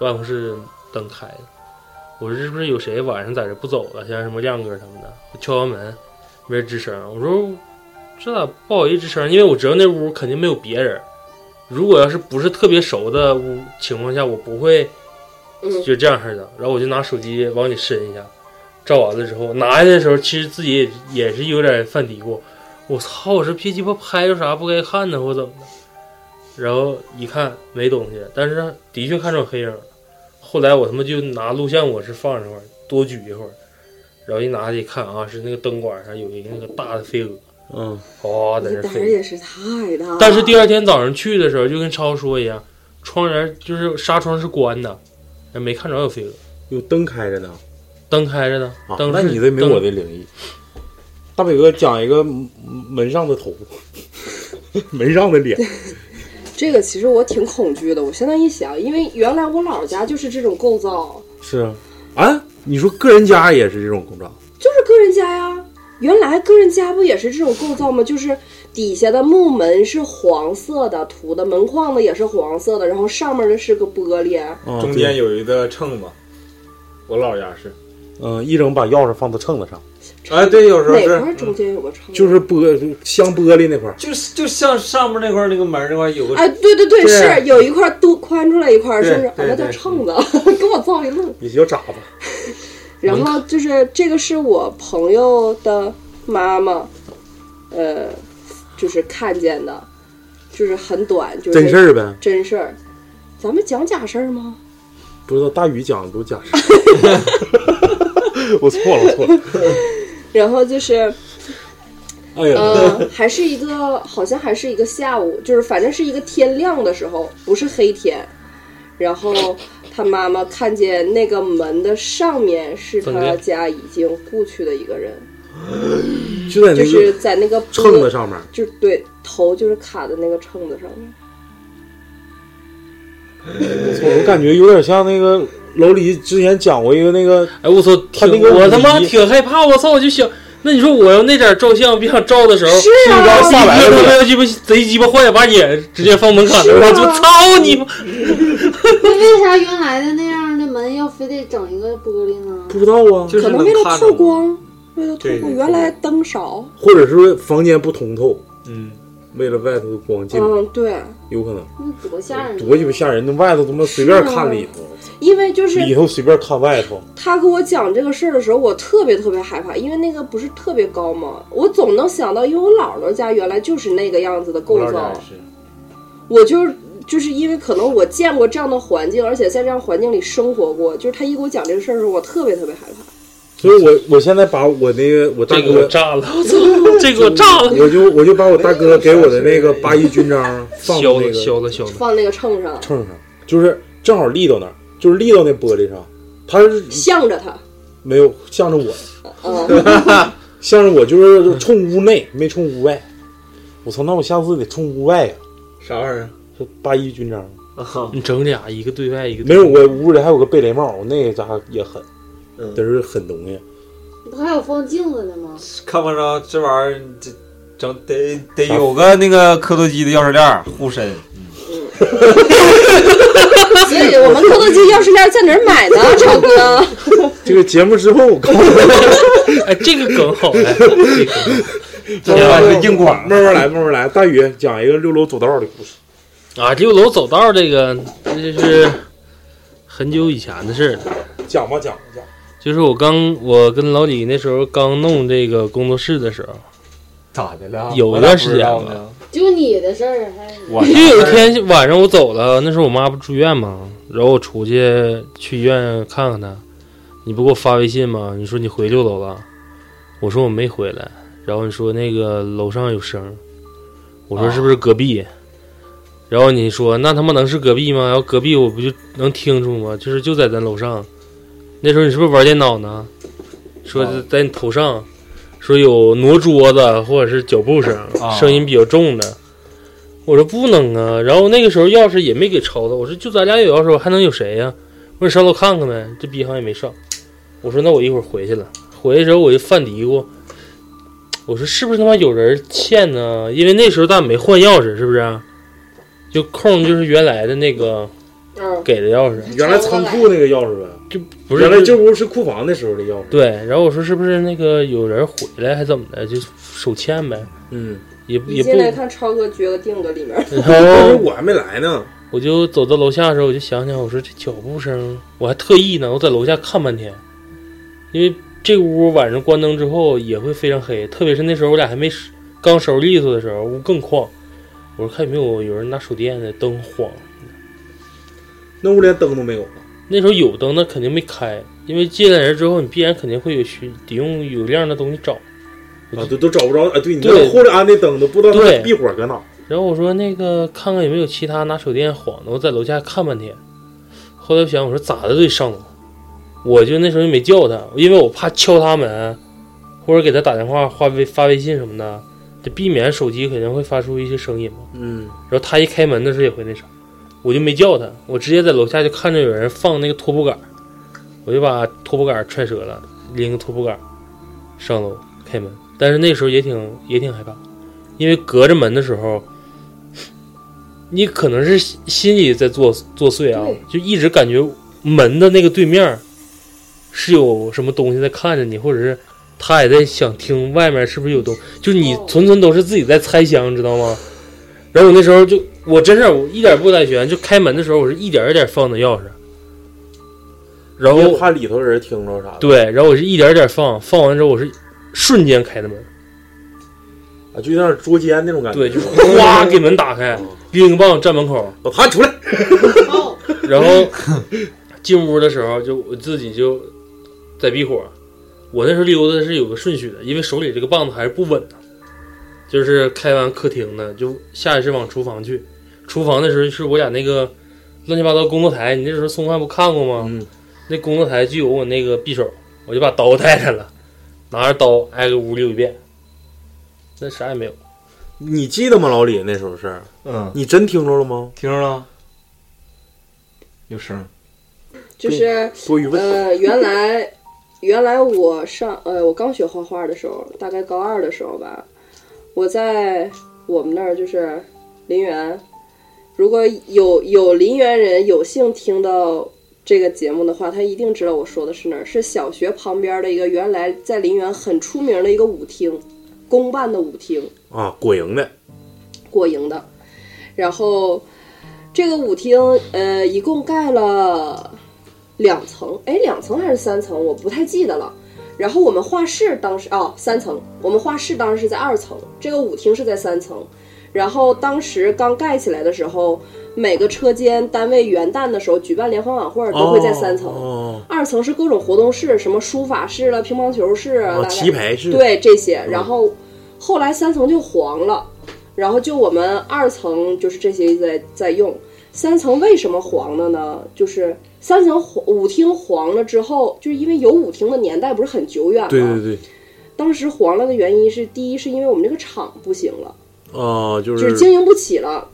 办公室灯开了，我说是不是有谁晚上在这不走了？像什么亮哥他们的，我敲完门没人吱声，我说这咋不好意思吱声？因为我知道那屋肯定没有别人。如果要是不是特别熟的屋情况下，我不会嗯就这样式的。然后我就拿手机往里伸一下，照完了之后拿下来的时候，其实自己也也是有点犯嘀咕，我操，我这别鸡巴拍着啥不该看呢，或怎么的？然后一看没东西，但是的确看着有黑影了。后来我他妈就拿录像，我是放这块儿多举一会儿，然后一拿起看啊，是那个灯管上有一个那个大的飞蛾，嗯，哗、在你那胆儿飞。也是太大了。但是第二天早上去的时候，就跟超说一样，窗帘就是纱窗是关的，没看着有飞蛾，有灯开着呢。灯开着呢啊，，灯那是你的没灯我的灵异。大北哥讲一个门门上的头， 门上的脸，这个其实我挺恐惧的。我现在一想，因为原来我姥姥家就是这种构造，是啊，啊，你说个人家也是这种构造，就是个人家呀。原来个人家不也是这种构造吗？就是底下的木门是黄色的，土的门框子也是黄色的，然后上面的是个玻璃。啊中间，有一个秤嘛，我姥家是，对嗯，一整把钥匙放到秤子上，啊，对，有时候哪块儿是，中间有个窗？嗯就是玻镶玻璃那块儿，就是就像上面那块儿那个门儿那块儿有个哎，对对对，对是有一块儿多宽出来一块儿，对是不是？啊，对那对叫秤子， 跟我造一愣。也叫渣子。然后就是这个是我朋友的妈妈，呃，就是看见的，就是很短，就是真事儿呗，真事儿。咱们讲假事儿吗？不知道大宇讲的都假事 儿，我错了，我错了。然后就是，哎呀，呃，还是一个，好像还是一个下午，就是反正是一个天亮的时候，不是黑天。然后他妈妈看见那个门的上面是怎么他的家已经故去的一个人，就在就那是个在那个玻秤子，上面，就对头就是卡在那个秤子上面。我感觉有点像那个楼里之前讲过一个那个哎，我操，他那挺个我他妈礼仪挺害怕，我操，我就想，那你说我要那点照相别想照的时候，是啊一张他四百多妈的要鸡巴贼鸡巴坏，把脸直接放门槛了，我就操你妈！那为啥原来的那样的门要非得整一个玻璃呢？不知道啊，就是可能能为了看透着嘛，光，为了透对对光，哦原来灯少。或者是房间不通透，嗯，为了外头的光进来，嗯，对，有可能。那多吓人！多鸡巴吓人！那外头他妈随便看里头，因为就是里头随便看外头，他跟我讲这个事儿的时候，我特别特别害怕，因为那个不是特别高嘛，我总能想到，因为我姥姥家原来就是那个样子的构我姥造家也，是，我就是就是因为可能我见过这样的环境，而且在这样环境里生活过，就是他一给我讲这个事儿的时候，我特别特别害怕。所以我我现在把我那个我大这个我哥，炸了，我操，这个我炸了，我就我就把我大哥给我的那个八一军 章放到削那了削个了削了，放那个秤上，秤上，就是正好立到那儿，就是立到那玻璃上，他是向着他，没有向着我，嗯， 向着我就是冲屋内，没冲屋外。我操，那我下次得冲屋外呀、啊啥玩意儿这八一军章啊？你整俩，一个对外，一个没对有，我屋里还有个贝雷帽，我那家伙也狠，嗯都是狠东西。不还有放镜子的吗？看不着这玩意儿，这整得得有个那个磕头机的钥匙链儿护身， 所以我们扣头机钥匙链在哪儿买 呢，超哥？这个节目之后，我告诉你，哎，这个梗好哎，这个梗这玩意儿是硬广。 慢慢来，慢慢来。大宇讲一个六楼走道的故事。好啊，六楼走道这个，这就是很久以前的事儿了。讲吧讲吧讲吧。就是我刚，我跟老李那时候刚弄这个工作室的时候，咋的了？有一段时间吧我咋不知道呢就你的事儿还我就有一天晚上我走了，那时候我妈不住院嘛，然后我出去去医院看看她，你不给我发微信吗？你说你回六楼了，我说我没回来，然后你说那个楼上有声儿，我说是不是隔壁？然后你说那他妈能是隔壁吗？然后隔壁我不就能听出吗？就是就在咱楼上，那时候你是不是玩电脑呢？说啊在你头上，说有挪桌子或者是脚步声，啊声音比较重的。我说不能啊，然后那个时候钥匙也没给抄他，我说就咱俩有钥匙，我还能有谁呀、我说你上楼看看呗，这逼好像也没上。我说那我一会儿回去了，回去时候我就犯嘀咕，我说是不是他妈有人欠呢？因为那时候咱没换钥匙，是不是啊？就空就是原来的那个嗯，给的钥匙，原来仓库那个钥匙呗，就不是原来这屋是库房那时候的钥匙。对，然后我说是不是那个有人回来还怎么的，就手欠呗， 嗯，也一也不进，来看超哥撅个腚搁里面，当然时后我还没来呢。我就走到楼下的时候，我就想想，我说这脚步声，我还特意呢，我在楼下看半天，因为这屋晚上关灯之后也会非常黑，特别是那时候我俩还没收刚收拾利索的时候，屋更旷。我说看有没有有人拿手电的灯晃，那屋连灯都没有那时候有灯，那肯定没开，因为进来人之后，你必然肯定会有需得用有亮的东西找。啊，都都找不着。哎，对，你对那后来安的灯都不知道它对避火搁哪。然后我说那个看看有没有其他拿手电晃的，我在楼下看半天。后来我想，我说咋的都得上楼，我就那时候就没叫他，因为我怕敲他门，或者给他打电话、发微发微信什么的，得避免手机肯定会发出一些声音嘛。嗯，然后他一开门的时候也会那啥，我就没叫他，我直接在楼下就看着有人放那个拖布杆儿，我就把拖布杆儿踹折了，拎个拖布杆儿上楼开门。但是那时候也挺也挺害怕，因为隔着门的时候，你可能是心心里在作作祟啊对，就一直感觉门的那个对面儿是有什么东西在看着你，或者是他也在想听外面是不是有东，就是你哦纯纯都是自己在猜想，知道吗？然后我那时候就，我真是我一点不带悬，就开门的时候我是一点一点放的钥匙，然后别怕里头人听着啥的。对，然后我是一点点放，放完之后我是瞬间开的门，啊，就像捉奸那种感觉。对，就是哗给门打开，冰冰棒站门口，老谭出来，哦，然后进屋的时候就我自己就在避火，我那时候溜达是有个顺序的，因为手里这个棒子还是不稳的，就是开完客厅的就下意识往厨房去，厨房的时候是我俩那个乱七八糟工作台，你那时候送饭不看过吗？嗯，那工作台就有我那个匕首，我就把刀带上了，拿着刀挨个屋溜一遍，那啥也没有。你记得吗？老李那时候是，嗯，你真听着了吗？听着了，有声儿，就是多余问。呃，原来原来我上呃，我刚学画画的时候，大概高二的时候吧，我在我们那儿就是林园，如果有有林园人有幸听到这个节目的话，他一定知道我说的是哪儿，是小学旁边的一个原来在林园很出名的一个舞厅，公办的舞厅。啊，果蝇的，过营的。然后这个舞厅呃一共盖了两层，哎，两层还是三层，我不太记得了。然后我们画室当时哦三层，我们画室当时是在二层，这个舞厅是在三层。然后当时刚盖起来的时候，每个车间单位元旦的时候举办联欢晚会都会在三层，哦，二层是各种活动室，什么书法室了、乒乓球室啊、哦哦大概棋牌室，，对这些。嗯然后后来三层就黄了，然后就我们二层就是这些一直在在用。三层为什么黄了呢？就是三层黄舞厅黄了之后，就是因为有舞厅的年代不是很久远吗？对对对，当时黄了的原因是，第一是因为我们这个厂不行了，啊，就就是是经营不起了，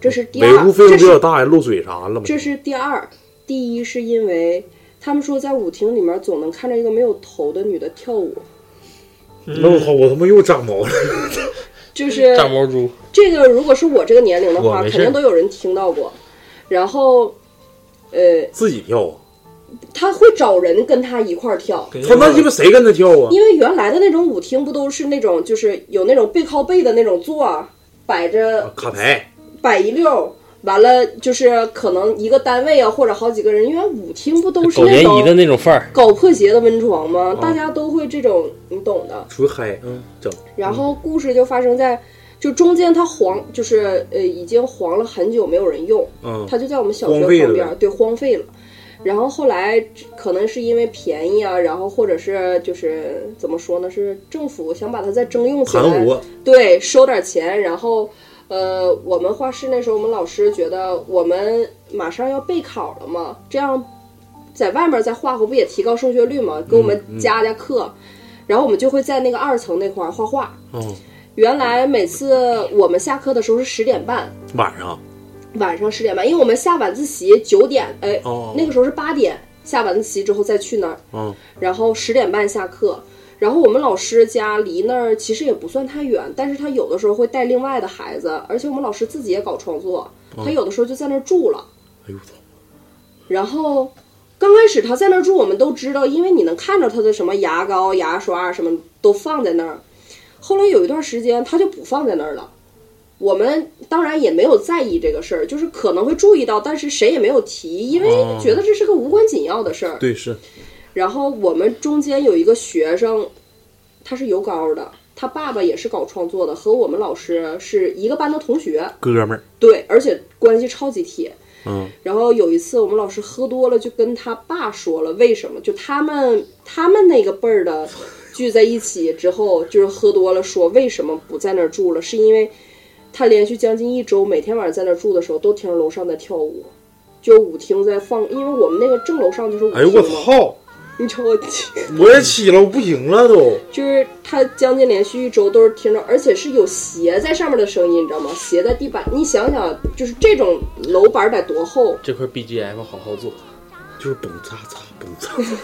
这是第维二。护费用这比是较大，还漏水啥了嘛？这是第二，第一是因为他们说在舞厅里面总能看着一个没有头的女的跳舞，嗯那我靠，我他妈又长毛了。就是炸毛猪，这个如果是我这个年龄的我话，没事肯定都有人听到过。然后，呃， 自己跳啊？他会找人跟他一块儿跳，他那鸡巴谁跟他跳啊？因为原来的那种舞厅不都是那种就是有那种背靠背的那种座儿，摆啊着卡牌，摆一溜儿。完了，就是可能一个单位啊，或者好几个人，因为舞厅不都是狗那年姨的种那种啊范儿，搞破鞋的温床吗？大家都会这种，你懂的。出去嗨，嗯，整然后故事就发生在，就中间它黄，就是呃已经黄了很久，没有人用。嗯它就在我们小学荒废旁边了儿，对，荒废了。然后后来可能是因为便宜啊，然后或者是就是怎么说呢，是政府想把它再征用起盘来，活，对，收点钱。然后呃，我们画室那时候我们老师觉得我们马上要备考了嘛，这样在外面再画画不也提高升学率嘛，给我们嗯嗯加加课。然后我们就会在那个二层那块儿画画。嗯，原来每次我们下课的时候是十点半，晚上晚上十点半，因为我们下晚自习九点，哎，哦，那个时候是八点下晚自习之后再去那儿，嗯然后十点半下课。然后我们老师家离那儿其实也不算太远，但是他有的时候会带另外的孩子，而且我们老师自己也搞创作，哦他有的时候就在那儿住了。哎呦我操，然后刚开始他在那儿住，我们都知道，因为你能看着他的什么牙膏、牙刷啊什么都放在那儿。后来有一段时间，他就不放在那儿了。我们当然也没有在意这个事儿，就是可能会注意到，但是谁也没有提，因为哦觉得这是个无关紧要的事儿。对是，然后我们中间有一个学生，他是油膏的，他爸爸也是搞创作的，和我们老师是一个班的同学，哥们儿，对，而且关系超级铁。嗯然后有一次我们老师喝多了，就跟他爸说了为什么，就他们他们那个辈儿的聚在一起之后，就是喝多了说为什么不在那儿住了，是因为他连续将近一周，每天晚上在那儿住的时候，都听着楼上在跳舞，就舞厅在放，因为我们那个正楼上就是舞 厅哎呦我嘛，操！你瞅我，我也起了，我不行了都。就是他将近连续一周都是听着，而且是有鞋在上面的声音，你知道吗？鞋在地板，你想想，就是这种楼板得多厚，这块 BGM 好好做，就是蹦擦擦蹦擦擦，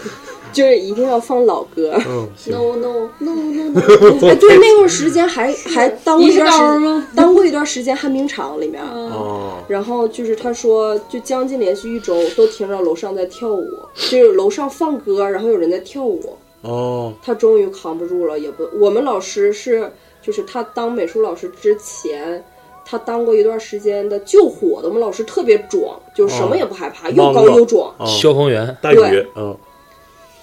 就是一定要放老歌。嗯，行， No no no no no，哎，对，那段时间还还当过一你嗯是段时高间，吗？ 嗯当过一段时间旱冰场里面。哦，然后就是他说，就将近连续一周都听着楼上在跳舞，就是楼上放歌，然后有人在跳舞，哦，他终于扛不住了，也不，我们老师是就是他当美术老师之前。他当过一段时间的救火的，我们老师特别壮，就是哦什么也不害怕，又高又壮，哦消防员大宇，嗯，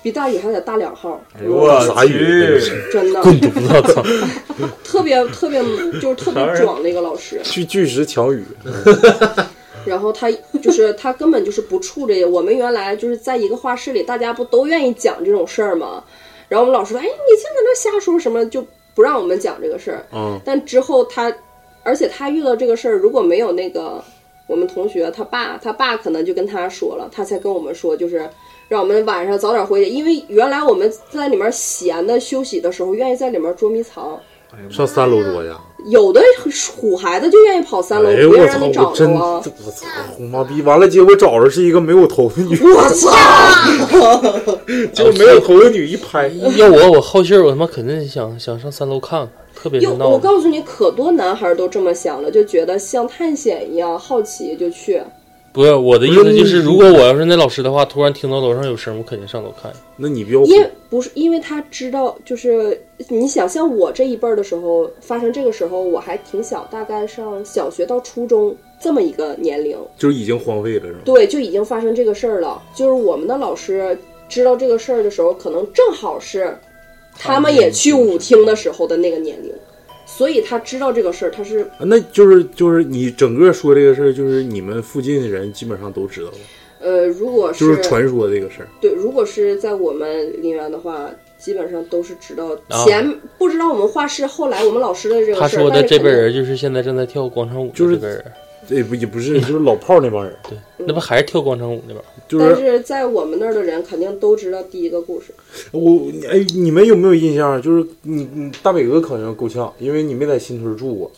比大宇还得大两号，哎呦我啥雨去，真的 滚犊子！我操，特别特别就是 特别壮的一个老师。巨巨石强语，然后他就是他根本就是不怵这些。我们原来就是在一个画室里，大家不都愿意讲这种事儿吗？然后我们老师说：“哎，你净在那瞎说什么？”就不让我们讲这个事儿。嗯，但之后他，而且他遇到这个事儿，如果没有那个我们同学他爸，他爸可能就跟他说了，他才跟我们说，就是让我们晚上早点回去，因为原来我们在里面闲的休息的时候，愿意在里面捉迷藏。上三楼桌去。有的虎孩子就愿意跑三楼，哎不呦会我让你操！找我着真，啊！我操！红妈逼！完了，结果找着是一个没有头的女，我操！ 哎结果没有头的女一拍， 要我我好信儿，我他妈肯定想想上三楼看看，特别有，热我闹。告诉你，可多男孩都这么想了，就觉得像探险一样好奇就去。不是我的意思就是，如果我要是那老师的话，突然听到楼上有声，我肯定上楼看。那你不要因不是因为他知道，就是你想像我这一辈儿的时候，发生这个时候我还挺小，大概上小学到初中这么一个年龄，就是已经荒废了是吧？对，就已经发生这个事儿了。就是我们的老师知道这个事儿的时候，可能正好是他们也去舞厅的时候的那个年龄，所以他知道这个事儿，他是啊那就是就是你整个说这个事儿，就是你们附近的人基本上都知道了，呃，如果就是传说这个事儿。对，如果是在我们陵园的话，基本上都是知道啊前、不知道我们画室后来我们老师的这个事儿。他说的但是这肯辈定嗯人就是现在正在跳广场舞的就是这辈人，这不也不是，就是老炮儿那帮人，对，那不还是跳广场舞那边儿？就但是是在我们那儿的人肯定都知道第一个故事。我哎，你们有没有印象？啊就是你你大北哥可能够呛，因为你没在新村住过。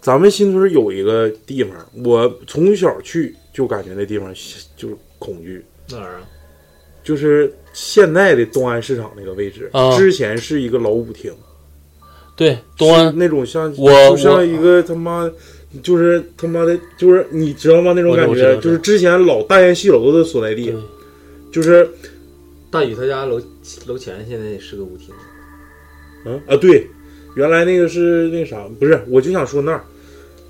咱们新村有一个地方，我从小去就感觉那地方就是恐惧，哪儿啊？就是现在的东安市场那个位置，啊之前是一个老舞厅，对，东安是那种像我就像我一个他妈，就是他妈的，就是你知道吗？那种我知感道我知觉，道就是之前老大雁戏楼的所在地对，就是大宇他家楼楼前现在也是个舞厅，嗯啊对，原来那个是那啥，不是，我就想说那儿，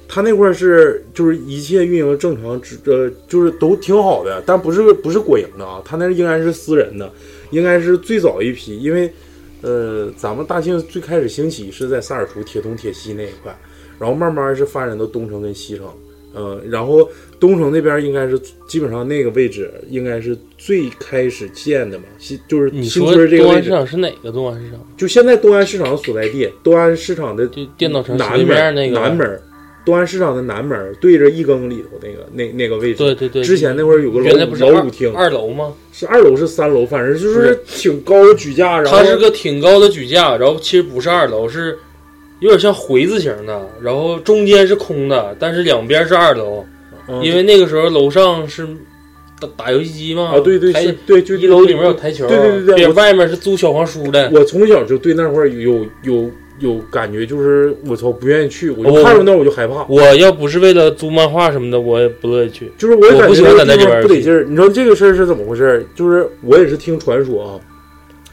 他那块儿是就是一切运营正常，只呃就是都挺好的，但不是不是国营的啊，他那应该是私人的，应该是最早一批，因为呃咱们大庆最开始兴起是在萨尔图、铁东、铁西那一块，然后慢慢是发展到东城跟西城。呃，然后东城那边应该是基本上那个位置应该是最开始建的嘛，新就是你新说村这个东位安市置。场是哪个东安市场？就现在东安市场的所在地，东安市场的就电脑城南对门儿面那个南门儿，东安市场的南门儿对着一更里头那个那那个位置。对对对，之前那会儿有个原来不是老老舞厅，二二楼吗？是二楼是三楼，反正就不是是挺高举架，然后它是个挺高的举架，然后其实不是二楼，是有点像回字形的，然后中间是空的，但是两边是二楼，嗯因为那个时候楼上是打打游戏机嘛，啊对对台是对就一楼里面有。台球，对对对对边我外面是租小黄书的，我从小就对那块儿有有有感觉，就是我操不愿意去，我我就看着那儿我就害怕。我要不是为了租漫画什么的，我也不乐意去。就是我也我感不喜觉欢这在那地里方边不儿得劲儿。你知道这个事儿是怎么回事儿？就是我也是听传说啊，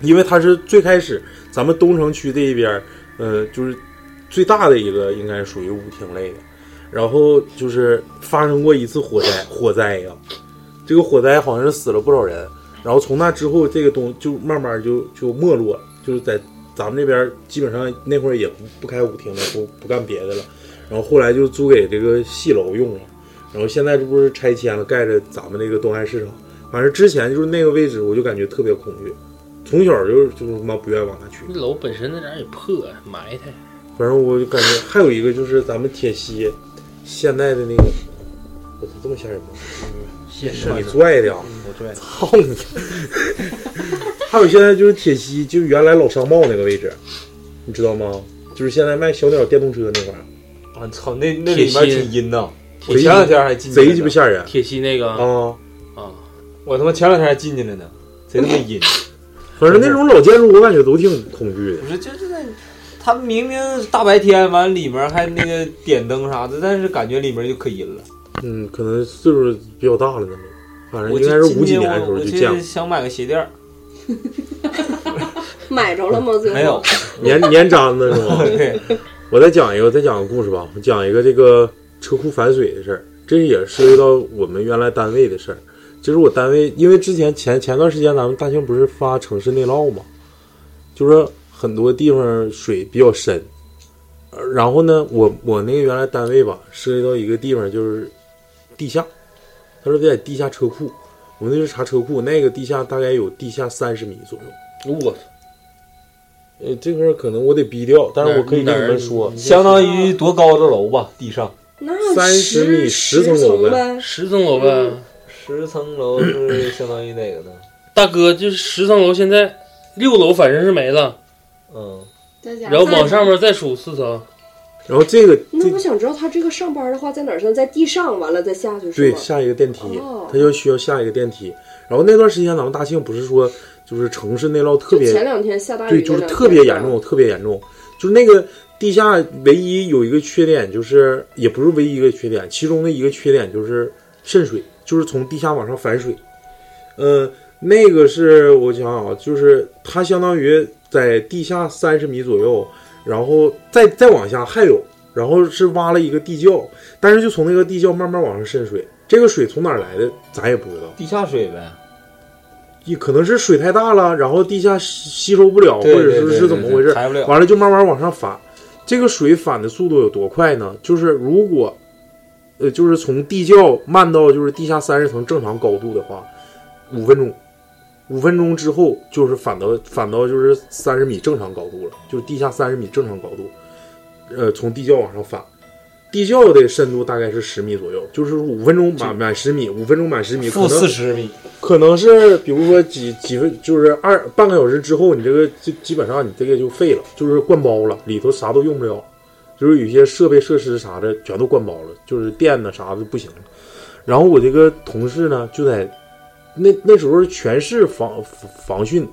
因为它是最开始咱们东城区这一边儿，呃，就是最大的一个应该属于舞厅类的。然后就是发生过一次火灾，火灾呀、这个火灾好像是死了不少人。然后从那之后，这个东就慢慢就就没落了，就是在咱们这边儿基本上那会儿也不不开舞厅了，不不干别的了。然后后来就租给这个戏楼用了。然后现在这不是拆迁了，盖着咱们那个东安市场。反正之前就是那个位置，我就感觉特别恐惧，从小就是就是他妈不愿意往那去。那楼本身那点儿也破，埋汰。反正我就感觉还有一个就是咱们铁西现在的那个，我操，这么吓人吗？谢谢你拽的啊！嗯我拽的，操 你！还有现在就是铁西，就是原来老商贸那个位置，你知道吗？就是现在卖小鸟电动车那块儿，我操，那那里面挺阴呐！我铁西前两天还进去了贼呢鸡巴吓人铁西那个啊！啊，我他妈前两天还进去了呢，贼他妈阴！反正那种老建筑，我感觉都挺恐惧的不。是，就是那，他们明明大白天完里面还那个点灯啥的，但是感觉里面就可阴了。嗯，可能岁数比较大了那种，反正我应就该是今五几天年的时我候我就见去过。想买个鞋垫儿，买着了嗯吗？最后没 有，，年年粘的是吗？ 对，我再讲一个，再讲个故事吧。我讲一个这个车库反水的事儿，这也涉及到我们原来单位的事儿。就是我单位，因为之前前前段时间咱们大庆不是发城市内涝嘛，就是说很多地方水比较深。呃然后呢，我我那个原来单位吧，涉及到一个地方就是地下，他说在地下车库，我们那是查车库，那个地下大概有地下三十米左右。我操，呃，这块儿可能我得逼掉，但是我可以哪跟儿你们说，相当于多高的楼吧，地上那30米10十层楼呗呗。十层楼嗯呗，十层楼是相当于哪个 呢？大哥，就是十层楼现在六楼反正是没了，嗯，在家然后往上面再数四层，然后这个那这我想知道他这个上班的话在哪儿上？在地上，完了再下去是对吗？下一个电梯哦，它就需要下一个电梯。然后那段时间咱们大庆不是说就是城市内涝特就前别两天下大对，雨，就是特别严。重，特别严重。就是那个地下唯一有一个缺点，就是也不是唯一一个缺点，其中的一个缺点就是渗水，就是从地下往上反水。嗯，那个是我想想啊，就是它相当于在地下三十米左右，然后再再往下还有，然后是挖了一个地窖，但是就从那个地窖慢慢往上渗水。这个水从哪儿来的，咱也不知道，地下水呗。也可能是水太大了，然后地下吸吸收不了，对或者对是对是对怎么对回事？抬不了。完了就慢慢往上反。这个水反的速度有多快呢？就是如果，呃，就是从地窖漫到就是地下三十层正常高度的话，五分钟，五分钟之后就是反到反到就是三十米正常高度了，就是地下三十米正常高度，呃，从地窖往上反。地窖的深度大概是十米左右，就是五分钟满满十米，五分钟满十米，可负能四十米，可能是比如说几几分，就是二半个小时之后，你这个基基本上你这个就废了，就是灌包了，里头啥都用不了，就是有一些设备设施啥的全都灌包了，就是电呢啥的不行了。然后我这个同事呢，就在那 那时候全是防防汛，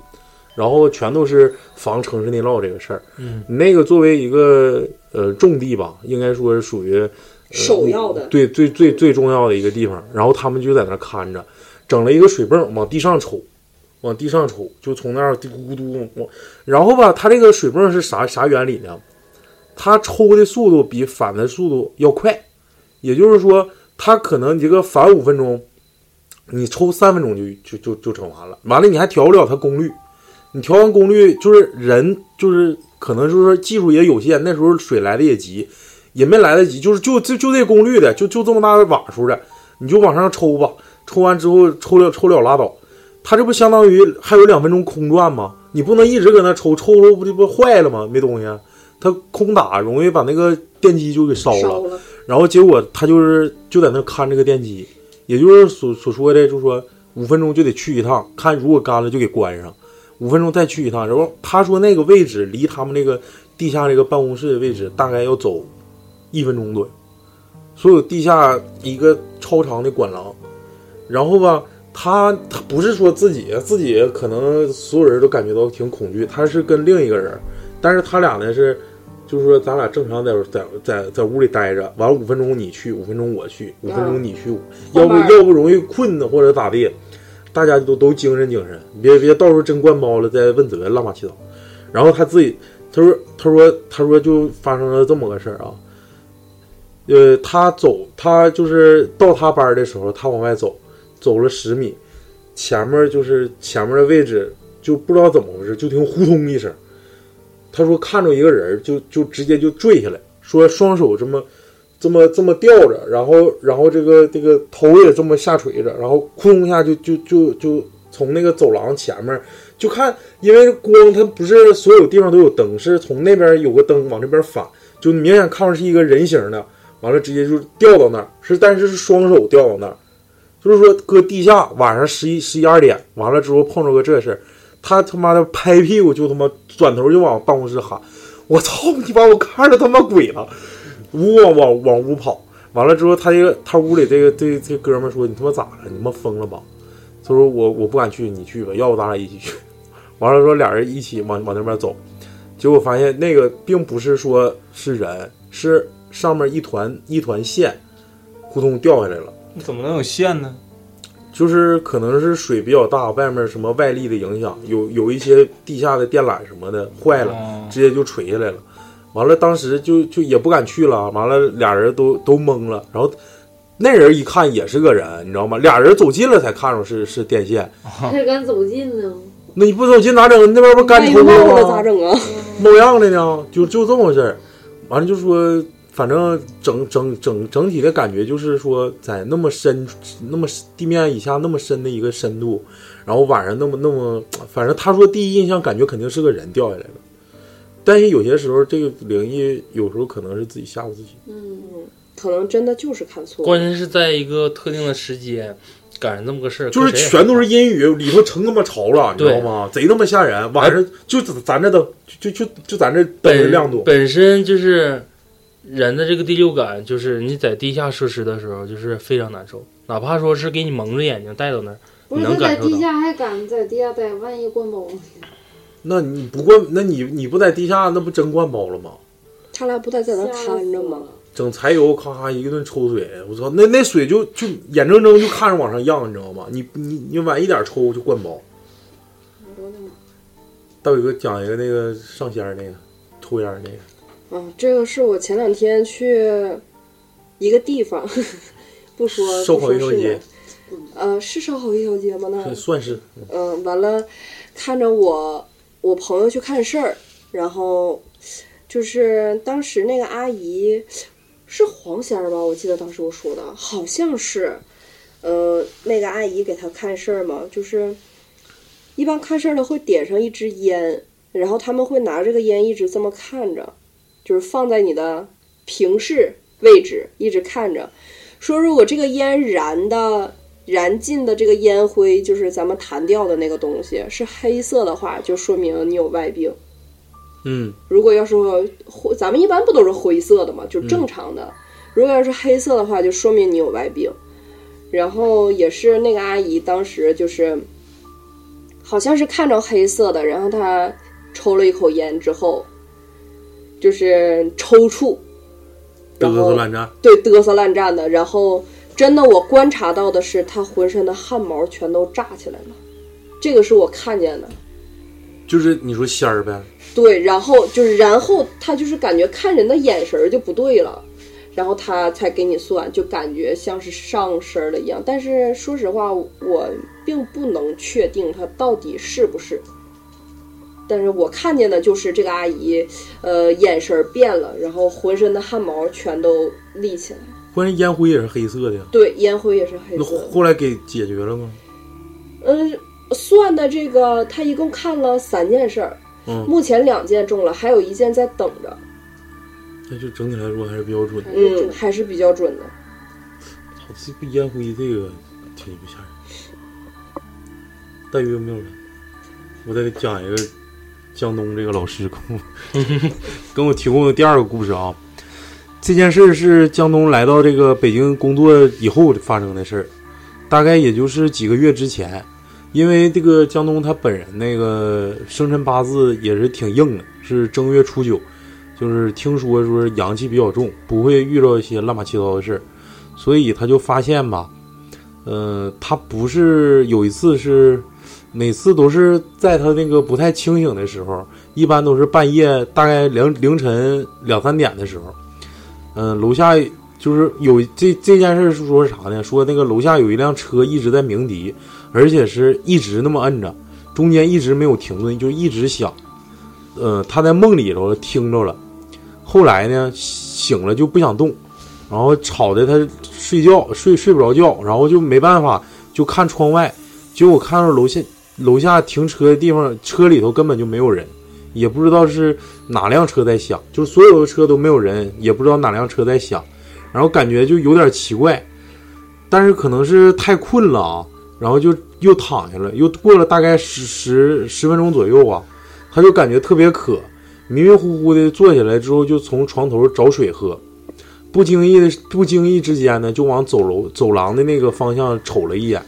然后全都是防城市内涝这个事儿。嗯，那个作为一个呃重地吧，应该说是属于、呃首要的对最最最重要的一个地方。然后他们就在那儿看着，整了一个水泵往地上抽，往地上抽，就从那儿嘀咕咕嘟往。然后吧，它这个水泵是啥啥原理呢？它抽的速度比反的速度要快，也就是说，它可能你这个反五分钟，你抽三分钟就就就就整完了，完了你还调不了它功率，你调完功率就是人就是可能就是说技术也有限，那时候水来的也急，也没来得及，就是就就就这功率的，就就这么大的瓦数的，你就往上抽吧，抽完之后抽了抽了拉倒，它这不相当于还有两分钟空转吗？你不能一直搁那抽，抽抽不就不坏了吗？没东西，啊它空打容易把那个电机就给烧了烧。了，然后结果他就是就在那看这个电机，也就是所所说的，就是说五分钟就得去一趟，看如果干了就给关上，五分钟再去一趟。然后他说那个位置离他们那个地下这个办公室的位置大概要走一分钟左右，所有地下一个超长的管廊，然后吧。他他不是说自己自己可能所有人都感觉到挺恐惧，他是跟另一个人，但是他俩呢是就是说咱俩正常在在在在屋里待着，完了五分钟你去，五分钟我去，五分钟你去，要换不班儿要不容易困呢或者咋地，大家都都精神精神，别别到时候真灌猫了再问责乱八七糟。然后他自己他说他说他说就发生了这么个事儿啊，呃，他走他就是到他班儿的时候，他往外走，走了十米，前面就是前面的位置就不知道怎么回事，就听呼通一声。他说看着一个人儿就就直接就坠下来，说双手这么这么这么吊着，然后然后这个这个头也这么下垂着，然后窟窿一下就就就就从那个走廊前面就看，因为光它不是所有地方都有灯，是从那边有个灯往这边反，就你明显看上是一个人形的，完了直接就掉到那儿，是但是是双手掉到那儿，就是说搁地下晚上十一十一二点，完了之后碰着个这事儿，他他妈的拍屁股就他妈转头就往办公室喊，我操你把我看着他妈鬼了，呜往往往屋跑。完了之后，他这个他屋里这个这这哥们儿说：“你他妈咋了？你他妈疯了吧？”他说：“我我不敢去，你去吧，要不咱俩一起去。” 完了说俩人一起往往那边走，结果发现那个并不是说是人，是上面一团一团线，扑通掉下来了，怎么能有线呢？就是可能是水比较大，外面什么外力的影响，有有一些地下的电缆什么的坏了，哦直接就垂下来了。完了，当时就就也不敢去了。完了，俩人都都懵了。然后那人一看也是个人，你知道吗？俩人走近了才看着是是电线。啊还敢走近呢？那你不走近咋整？那边不干万一抽忘吗？了咋整啊？冒样的呢，就就这么回事儿。完了就说，反正整整整整体的感觉就是说，在那么深、那么地面以下那么深的一个深度，然后晚上那么那么，反正他说第一印象感觉肯定是个人掉下来了。但是有些时候，这个灵异有时候可能是自己吓唬自己。嗯，可能真的就是看错关了。键是在一个特定的时间赶上这么个事儿，就是跟谁也全都是阴雨，里头成他妈潮了，你知道对吗？贼他妈吓人！晚上就咱这灯，就就就就咱这灯的本亮度，本身就是人的这个第六感，就是你在地下设施的时候，就是非常难受，哪怕说是给你蒙着眼睛带到那儿，不是能他在感受到地下还敢在地下待，万一关包呢？那你不灌，那你你不在地下，那不真灌包了吗？他俩不得在那看着吗？整柴油，咔咔一顿抽水，我操，那那水就就眼睁睁就看着往上漾，你知道吗？你你你晚一点抽就灌包。大伟哥讲一个那个上仙儿那个抽烟儿那个，啊，这个是我前两天去一个地方， 不说烧不烤一说条是哪街儿，呃，是烧烤一条街吗？那算是嗯，完了，看着我我朋友去看事儿，然后就是当时那个阿姨是黄仙儿吧？我记得当时我说的好像是，呃，那个阿姨给她看事儿嘛，就是一般看事儿的会点上一支烟，然后他们会拿这个烟一直这么看着，就是放在你的平视位置一直看着，说如果这个烟燃的燃尽的这个烟灰，就是咱们弹掉的那个东西是黑色的话，就说明你有外病。嗯，如果要是灰，咱们一般不都是灰色的嘛，就正常的。如果要是黑色的话，就说明你有外病。然后也是那个阿姨当时就是，好像是看着黑色的，然后她抽了一口烟之后，就是抽搐，嘚然后瑟乱战，对，嘚瑟烂战的。然后真的，我观察到的是，他浑身的汗毛全都炸起来了，这个是我看见的。就是你说仙儿呗，对，然后就是，然后他就是感觉看人的眼神儿就不对了，然后他才给你算，就感觉像是上身儿了一样。但是说实话，我并不能确定他到底是不是。但是我看见的就是这个阿姨，呃，眼神儿变了，然后浑身的汗毛全都立起来。关键烟灰也是黑色的呀。对，烟灰也是黑那色的。后来给解决了吗？嗯，算的这个，他一共看了三件事儿，嗯目前两件中了，还有一件在等着，那就整体来说还是比较准的。嗯，还是比较准的。操，这个烟灰这个挺不吓人。大鱼有没有了？我再讲一个江东这个老师跟我跟我提供的第二个故事啊。这件事儿是江东来到这个北京工作以后发生的事儿，大概也就是几个月之前。因为这个江东他本人那个生辰八字也是挺硬的，是正月初九，就是听说说阳气比较重，不会遇到一些乱七八糟的事儿。所以他就发现吧，呃，他不是有一次是，每次都是在他那个不太清醒的时候，一般都是半夜大概凌凌晨两三点的时候，嗯、楼下就是有这这件事是说啥呢？说那个楼下有一辆车一直在鸣笛，而且是一直那么摁着，中间一直没有停顿，就一直响。呃，他在梦里头听着了，后来呢醒了就不想动。然后吵得他睡觉睡睡不着觉，然后就没办法，就看窗外，结果看到楼下楼下停车的地方，车里头根本就没有人，也不知道是哪辆车在响，就是所有的车都没有人，也不知道哪辆车在响，然后感觉就有点奇怪，但是可能是太困了啊，然后就又躺下了，又过了大概十十十分钟左右啊，他就感觉特别渴，迷迷糊糊的坐下来之后，就从床头找水喝，不经意的不经意之间呢，就往走楼走廊的那个方向瞅了一眼。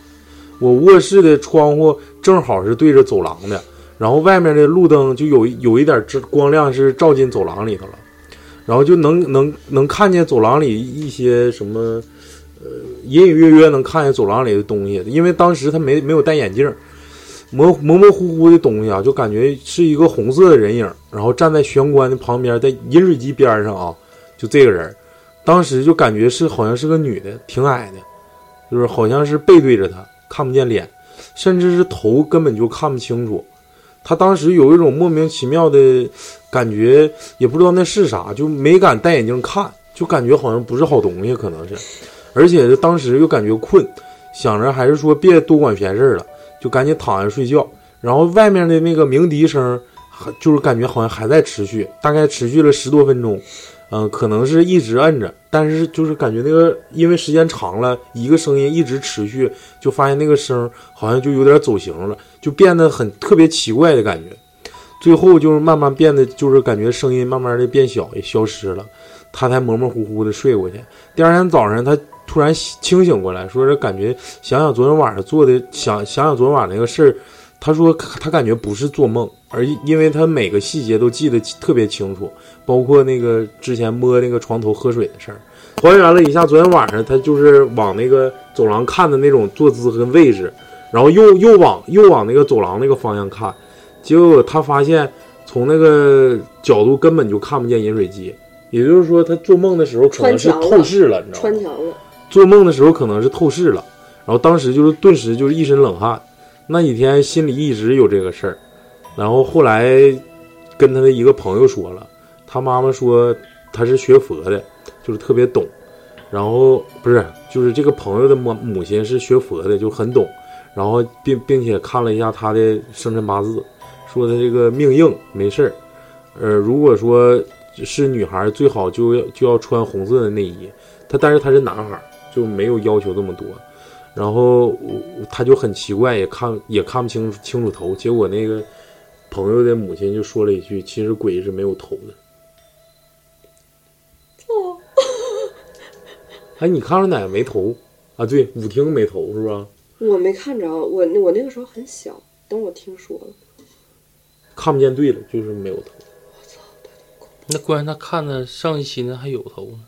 我卧室的窗户正好是对着走廊的，然后外面的路灯就有有一点之光亮是照进走廊里头了，然后就能能能看见走廊里一些什么，呃，隐隐约约能看见走廊里的东西，因为当时他没没有戴眼镜儿，模模模糊糊的东西啊，就感觉是一个红色的人影，然后站在玄关的旁边，在饮水机边上啊，就这个人儿，当时就感觉是好像是个女的，挺矮的，就是好像是背对着他。看不见脸，甚至是头根本就看不清楚。他当时有一种莫名其妙的感觉，也不知道那是啥，就没敢戴眼镜看，就感觉好像不是好东西，可能是。而且当时又感觉困，想着还是说别多管闲事儿了，就赶紧躺下睡觉。然后外面的那个鸣笛声，还就是感觉好像还在持续，大概持续了十多分钟。嗯、可能是一直摁着，但是就是感觉那个，因为时间长了，一个声音一直持续，就发现那个声儿好像就有点走形了，就变得很特别奇怪的感觉。最后就是慢慢变得，就是感觉声音慢慢的变小，也消失了，他才模模糊糊的睡过去。第二天早上，他突然醒清醒过来，说是感觉想想昨天晚上做的，想想想昨天晚上那个事儿，他说他感觉不是做梦，而因为他每个细节都记得特别清楚，包括那个之前摸那个床头喝水的事儿。还原了一下昨天晚上他就是往那个走廊看的那种坐姿和位置，然后又又往又往那个走廊那个方向看，结果他发现从那个 角度根本就看不见饮水机，也就是说他做梦的时候可能是穿墙了透视了，你知道穿吗？墙了。做梦的时候可能是透视了，然后当时就是顿时就是一身冷汗，那几天心里一直有这个事儿，然后后来跟他的一个朋友说了，他妈妈说他是学佛的，就是特别懂，然后不是就是这个朋友的母母亲是学佛的，就很懂，然后并并且看了一下他的生辰八字，说他这个命硬没事儿，呃，如果说是女孩儿最好就要就要穿红色的内衣，他但是他是男孩儿，就没有要求这么多。然后我他就很奇怪，也看也看不清清楚头。结果那个朋友的母亲就说了一句：“其实鬼是没有头的。” 哦，哎，你看着哪个没头啊？对，舞厅没头是吧？我没看着，我那我那个时候很小，但我听说了。看不见对了，就是没有头。那关键他看的上一期呢还有头呢，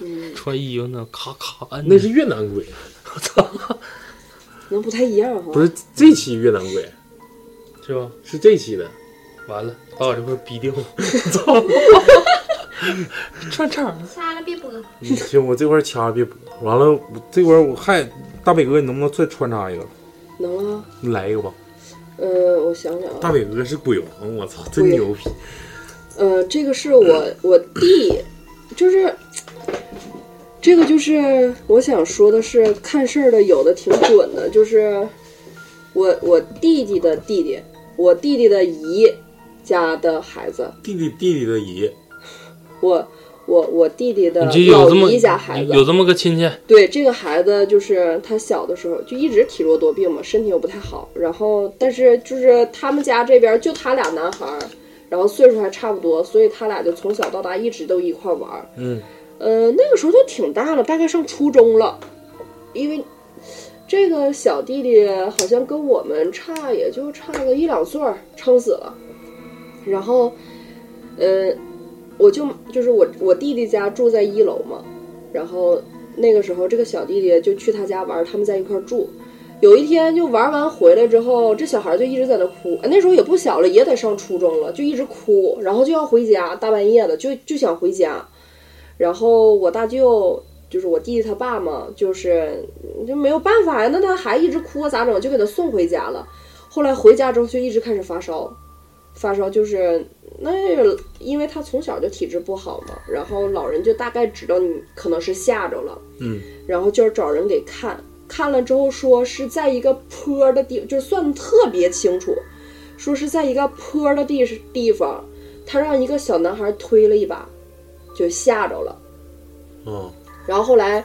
嗯，穿衣服呢，咔咔摁着。那是越南鬼，我操，可能不太一样哈。不是这期越南鬼，是吧？是这期的。完了，把我这块逼掉，操！串场了，下来别播。嗯行，我这块儿掐别播。完了，我这块儿我还大北哥，你能不能再穿插一个？能啊，你来一个吧。呃，我想想大啊，北哥是鬼王，我操，真鬼牛逼！呃，这个是 我我弟，就是这个就是我想说的是，看事儿的有的挺准的，就是我我弟弟的弟弟，我弟弟的姨家的孩子，弟弟弟弟的姨，我我我弟弟的嗯你这有老这么姨家孩子有，这么个亲戚，对这个孩子，就是他小的时候就一直体弱多病嘛，身体又不太好。然后，但是就是他们家这边就他俩男孩儿，然后岁数还差不多，所以他俩就从小到大一直都一块玩儿。嗯，呃，那个时候就挺大了，大概上初中了，因为这个小弟弟好像跟我们差也就差个一两岁儿，撑死了。然后，呃，我就就是我我弟弟家住在一楼嘛，然后那个时候这个小弟弟就去他家玩儿，他们在一块儿住。有一天就玩完回来之后，这小孩就一直在那哭，呃那时候也不小了，也得上初中了，就一直哭，然后就要回家，大半夜的就就想回家。然后我大舅就是我弟弟他爸嘛，就是就没有办法呀，那他还一直哭咋整？就给他送回家了。后来回家之后就一直开始发烧，发烧就是那因为他从小就体质不好嘛，然后老人就大概知道你可能是吓着了，嗯，然后就找人给看，看了之后说是在一个坡儿的地，就算得特别清楚，说是在一个坡儿的地地方，他让一个小男孩推了一把，就吓着了。嗯，然后后来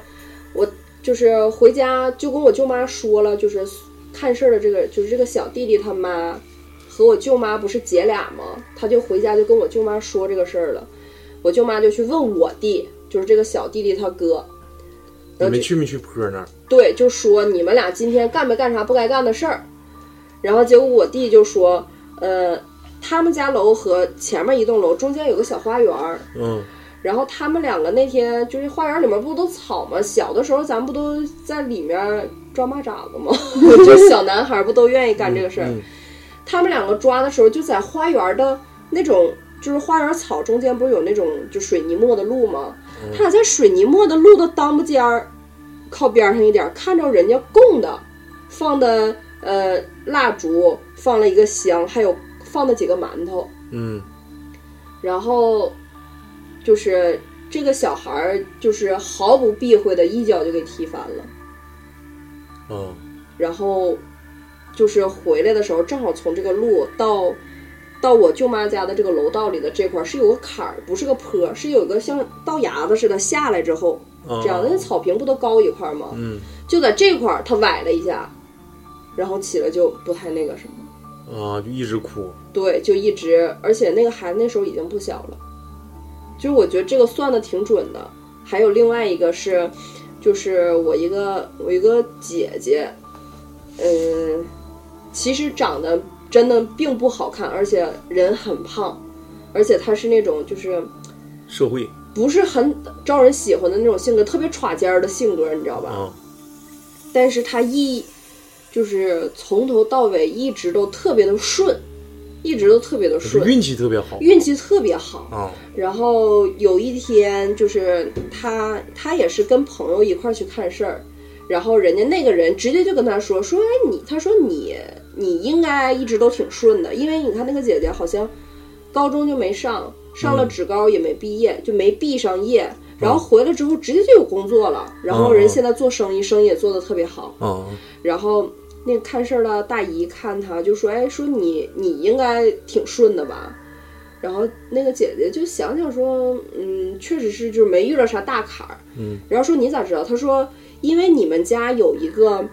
我就是回家就跟我舅妈说了，就是看事儿的这个就是这个小弟弟他妈和我舅妈不是姐俩吗？他就回家就跟我舅妈说这个事儿了，我舅妈就去问我弟，就是这个小弟弟他哥，你然后们就去没去坡那儿？对，就说你们俩今天干没干啥不该干的事儿。然后结果我弟就说，呃，他们家楼和前面一栋楼中间有个小花园儿，嗯然后他们两个那天就是花园里面不都草吗？小的时候咱不都在里面抓蚂蚱 子吗？就小男孩不都愿意干这个事儿？嗯他们两个抓的时候就在花园的那种，就是花园草中间不是有那种就水泥磨的路吗？嗯他俩在水泥磨的路的裆部尖儿靠边上一点儿，看着人家供的，放的呃蜡烛，放了一个香，还有放的几个馒头。嗯然后就是这个小孩儿就是毫不避讳的一脚就给踢翻了，嗯然后就是回来的时候正好从这个路到到我舅妈家的这个楼道里的这块儿是有个坎儿，不是个坡，是有个像倒牙子似的下来之后嗯，这样的，那草坪不都高一块儿吗？嗯就在这块儿他崴了一下，然后起来就不太那个什么，啊，就一直哭。对，就一直，而且那个孩子那时候已经不小了，就是我觉得这个算的挺准的。还有另外一个是，就是我一个我一个姐姐，嗯，其实长得真的并不好看，而且人很胖，而且她是那种就是社会不是很招人喜欢的那种性格，特别歘尖儿的性格，你知道吧？啊，但是他一就是从头到尾一直都特别的顺，一直都特别的就顺，运气特别好运气特别好。啊。然后有一天，就是他他也是跟朋友一块儿去看事儿，然后人家那个人直接就跟他说说，哎你，他说你你应该一直都挺顺的，因为你看那个姐姐好像高中就没上，上了职高也没毕业，就没毕上业。然后回来之后直接就有工作了，然后人现在做生意，生意也做得特别好。啊，然后那个看事儿的大姨看他就说：“哎，说你你应该挺顺的吧？”然后那个姐姐就想想说：“嗯，确实是，就是没遇到啥大坎儿。”嗯，然后说：“你咋知道？”她说：“因为你们家有一个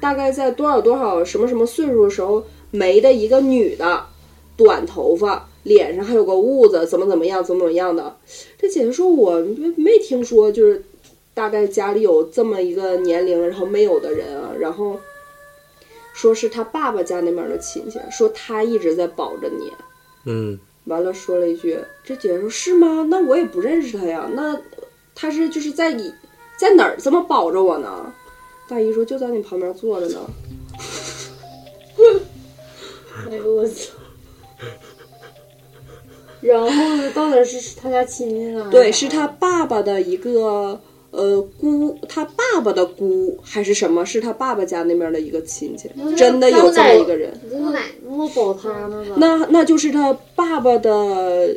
大概在多少多少什么什么岁数的时候没的一个女的，短头发。”脸上还有个痦子，怎么怎么样，怎么怎么样的？这姐姐说我没没听说，就是大概家里有这么一个年龄，然后没有的人啊，然后说是他爸爸家那边的亲戚，说他一直在保着你。嗯完了说了一句，这姐姐说是吗？那我也不认识他呀，那他是就是在你在哪儿这么保着我呢？大姨说就在你旁边坐着呢。哎呦我操！然后到底是他家亲戚呢？对，哎是他爸爸的一个呃姑，他爸爸的姑还是什么？是他爸爸家那边的一个亲戚，真的有这么一个人。那奶那我保他呢咋？那那就是他爸爸的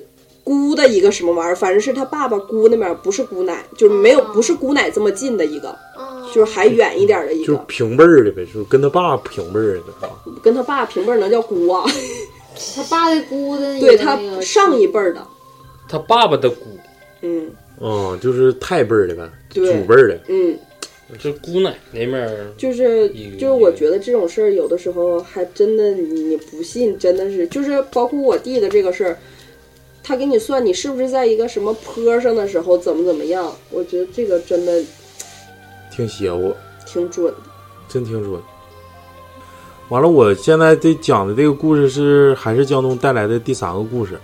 姑的一个什么玩意儿，反正是他爸爸姑那边儿，不是姑奶，就是没有哦不是姑奶这么近的一个，哦，就是还远一点儿的一就是个，平辈儿的呗，就是跟他爸平辈儿的是吧？跟他爸平辈儿能叫姑啊？他爸的姑的对也他那个上一辈儿的，他爸爸的姑，嗯，嗯，就是太辈儿的呗，对祖辈儿的。嗯，就姑奶那面儿就是一个就是，我觉得这种事儿有的时候还真的你你不信，真的是就是包括我弟的这个事儿，他给你算你是不是在一个什么坡上的时候怎么怎么样，我觉得这个真的挺邪乎，挺准的。真挺准。完了，我现在这讲的这个故事是还是江东带来的第三个故事，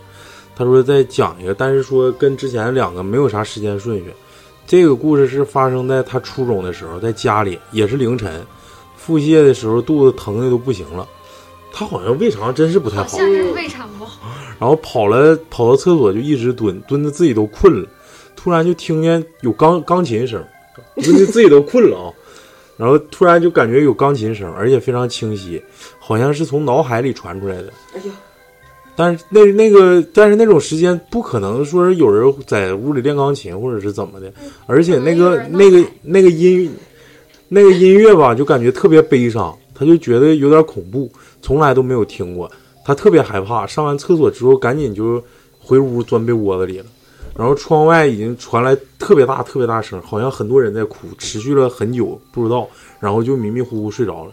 他说再讲一个，但是说跟之前两个没有啥时间顺序。这个故事是发生在他初中的时候，在家里也是凌晨，腹泻的时候肚子疼的都不行了，他好像胃肠真是不太好好像，是胃肠不好，然后跑了跑到厕所就一直蹲，蹲的自己都困了，突然就听见有钢钢琴声，蹲的自己都困了啊，然后突然就感觉有钢琴声，而且非常清晰，好像是从脑海里传出来的。哎呀，但是那那个，但是那种时间不可能说是有人在屋里练钢琴或者是怎么的，而且那个可能有人那弄个海那个音，那个音乐吧，就感觉特别悲伤，他就觉得有点恐怖，从来都没有听过，他特别害怕。上完厕所之后，赶紧就回屋钻被窝子里了。然后窗外已经传来特别大、特别大声，好像很多人在哭，持续了很久，不知道，然后就迷迷糊糊睡着了。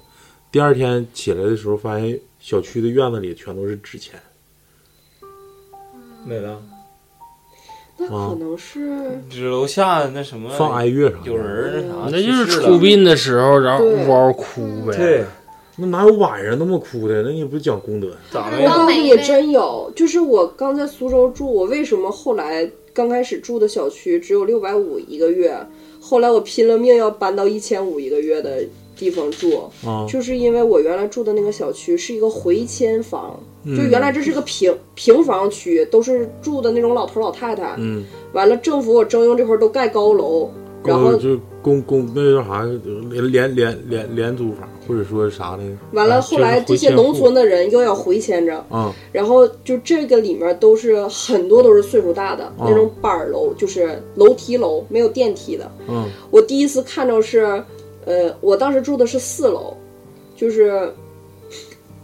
第二天起来的时候，发现小区的院子里全都是纸钱。没了。那啊可能是纸楼下那什么放哀乐啥的，有人儿那啥，嗯那就是啊去世了出殡的时候，然后对嗷嗷哭呗。对，那哪有晚上那么哭的？那你不讲功德？咋我的？告诉你，真有，就是我刚在苏州住，我为什么后来刚开始住的小区只有六百五一个月，后来我拼了命要搬到一千五一个月的地方住，啊，就是因为我原来住的那个小区是一个回迁房，嗯就原来这是个平平房区，都是住的那种老头老太太。嗯，完了，政府我征用这块儿都盖高楼，然公后就公公那叫啥连连连连连租房，或者说啥的完了，后来这些农村的人又要回迁着，啊然后就这个里面都是很多都是岁数大的那种板儿楼，就是楼梯楼，没有电梯的。嗯我第一次看到是，呃，我当时住的是四楼，就是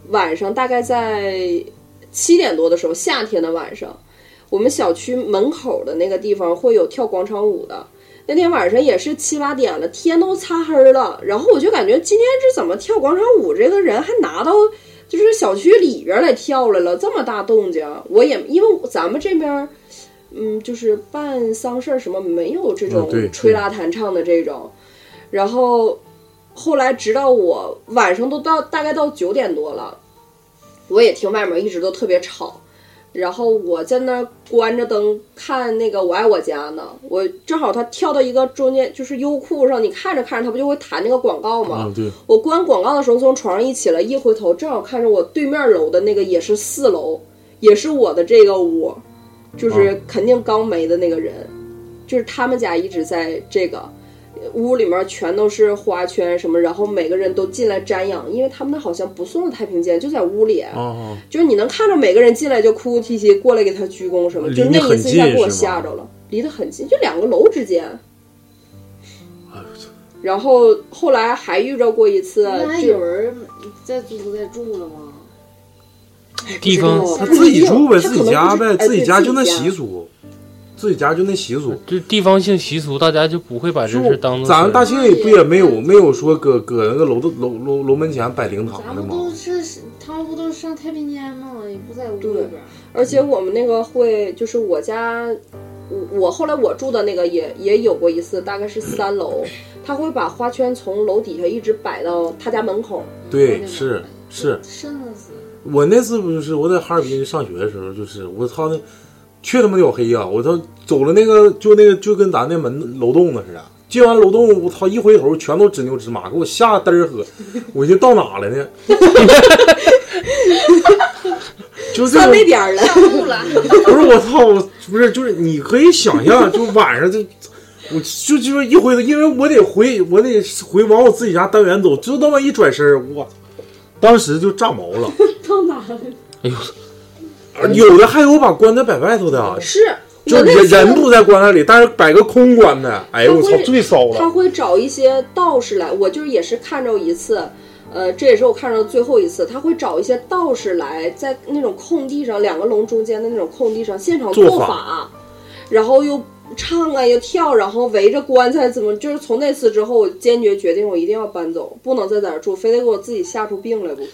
晚上大概在七点多的时候，夏天的晚上，我们小区门口的那个地方会有跳广场舞的。那天晚上也是七八点了，天都擦黑儿了，然后我就感觉今天这怎么跳广场舞？这个人还拿到就是小区里边儿来跳来了，这么大动静，我也因为咱们这边儿，嗯，就是办丧事儿什么没有这种嗯对吹拉弹唱的这种，然后后来直到我晚上都到大概到九点多了，我也听外面一直都特别吵，然后我在那儿关着灯看那个《我爱我家》呢，我正好他跳到一个中间，就是优酷上，你看着看着，他不就会弹那个广告吗？啊，对，我关广告的时候，从床上一起来，一回头，正好看着我对面楼的那个也是四楼，也是我的这个屋，就是肯定刚没的那个人，就是他们家一直在这个呃屋里面全都是花圈什么，然后每个人都进来瞻仰，因为他们那好像不送太平间，就在屋里，啊啊，就是你能看着每个人进来就哭哭啼啼过来给他鞠躬什么，离就你那很一次一下近给我是吗吓着了，离得很近，就两个楼之间。哎呦然后后来还遇着过一次，那还就有人在租在住了吗？地方不知道他自己住呗，自他可能己家不呗，是哎自己家就那对自己习家俗，自己家就那习俗。这地方性习俗，大家就不会把这事当做咱们大庆也不也没有没有说搁搁那个楼的楼楼楼门前摆灵咱堂的们吗？都是他们不都是上太平间吗？也不在屋里边儿。而且我们那个会就是我家，我我后来我住的那个也也有过一次，大概是三 楼，他会把花圈从楼底下一直摆到他家门口，对，是是，瘆得死。我那次不就是我在哈尔滨上学的时候，就是我操那，去他妈鸟黑呀、我操，走了那个就那个就跟咱那门楼栋子似的，进完楼栋，我操，一回头全都直牛直马，给我吓得嘚儿喝，我寻思到哪了呢？ 就这算种那边儿了。路了， 不是我操，我不是就是你可以想象，就晚上就我就就说一回头，因为我得回我得回往我自己家单元走，就那么一转身儿，我操，当时就炸毛 了。到哪了？哎有的还有把棺材摆外头的啊，是，就我那人次人不在棺材里，但是摆个空棺材，哎呦我他操，会最骚他了。会找一些道士来，我就是也是看着一次，呃，这也是我看着最后一次，他会找一些道士来，在那种空地上，两个龙中间的那种空地上现场做做法然后又唱啊又跳，然后围着棺材怎么，就是从那次之后，我坚决决定我一定要搬走，不能再在这儿住，非得给我自己吓出病来不可。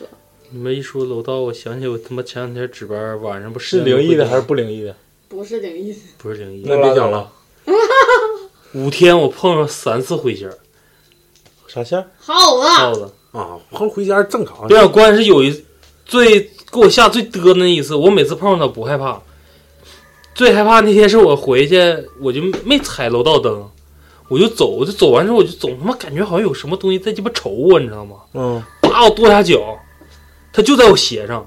你们一说楼道，我想起我他妈前两天值班，晚上不是灵异的还是不灵异的？不是灵异，不是灵异？那别讲了，五天我碰上三次灰仙儿，啥线儿？好啊，耗子。啊，后回家是正常别。想啊关是有一最给我吓最嘚的那一次，我每次碰上他不害怕，最害怕那天是我回去我就没踩楼道灯，我就走，我就走完之后我就总他妈感觉好像有什么东西在鸡巴瞅我，你知道吗？嗯，叭我跺下脚，他就在我鞋上，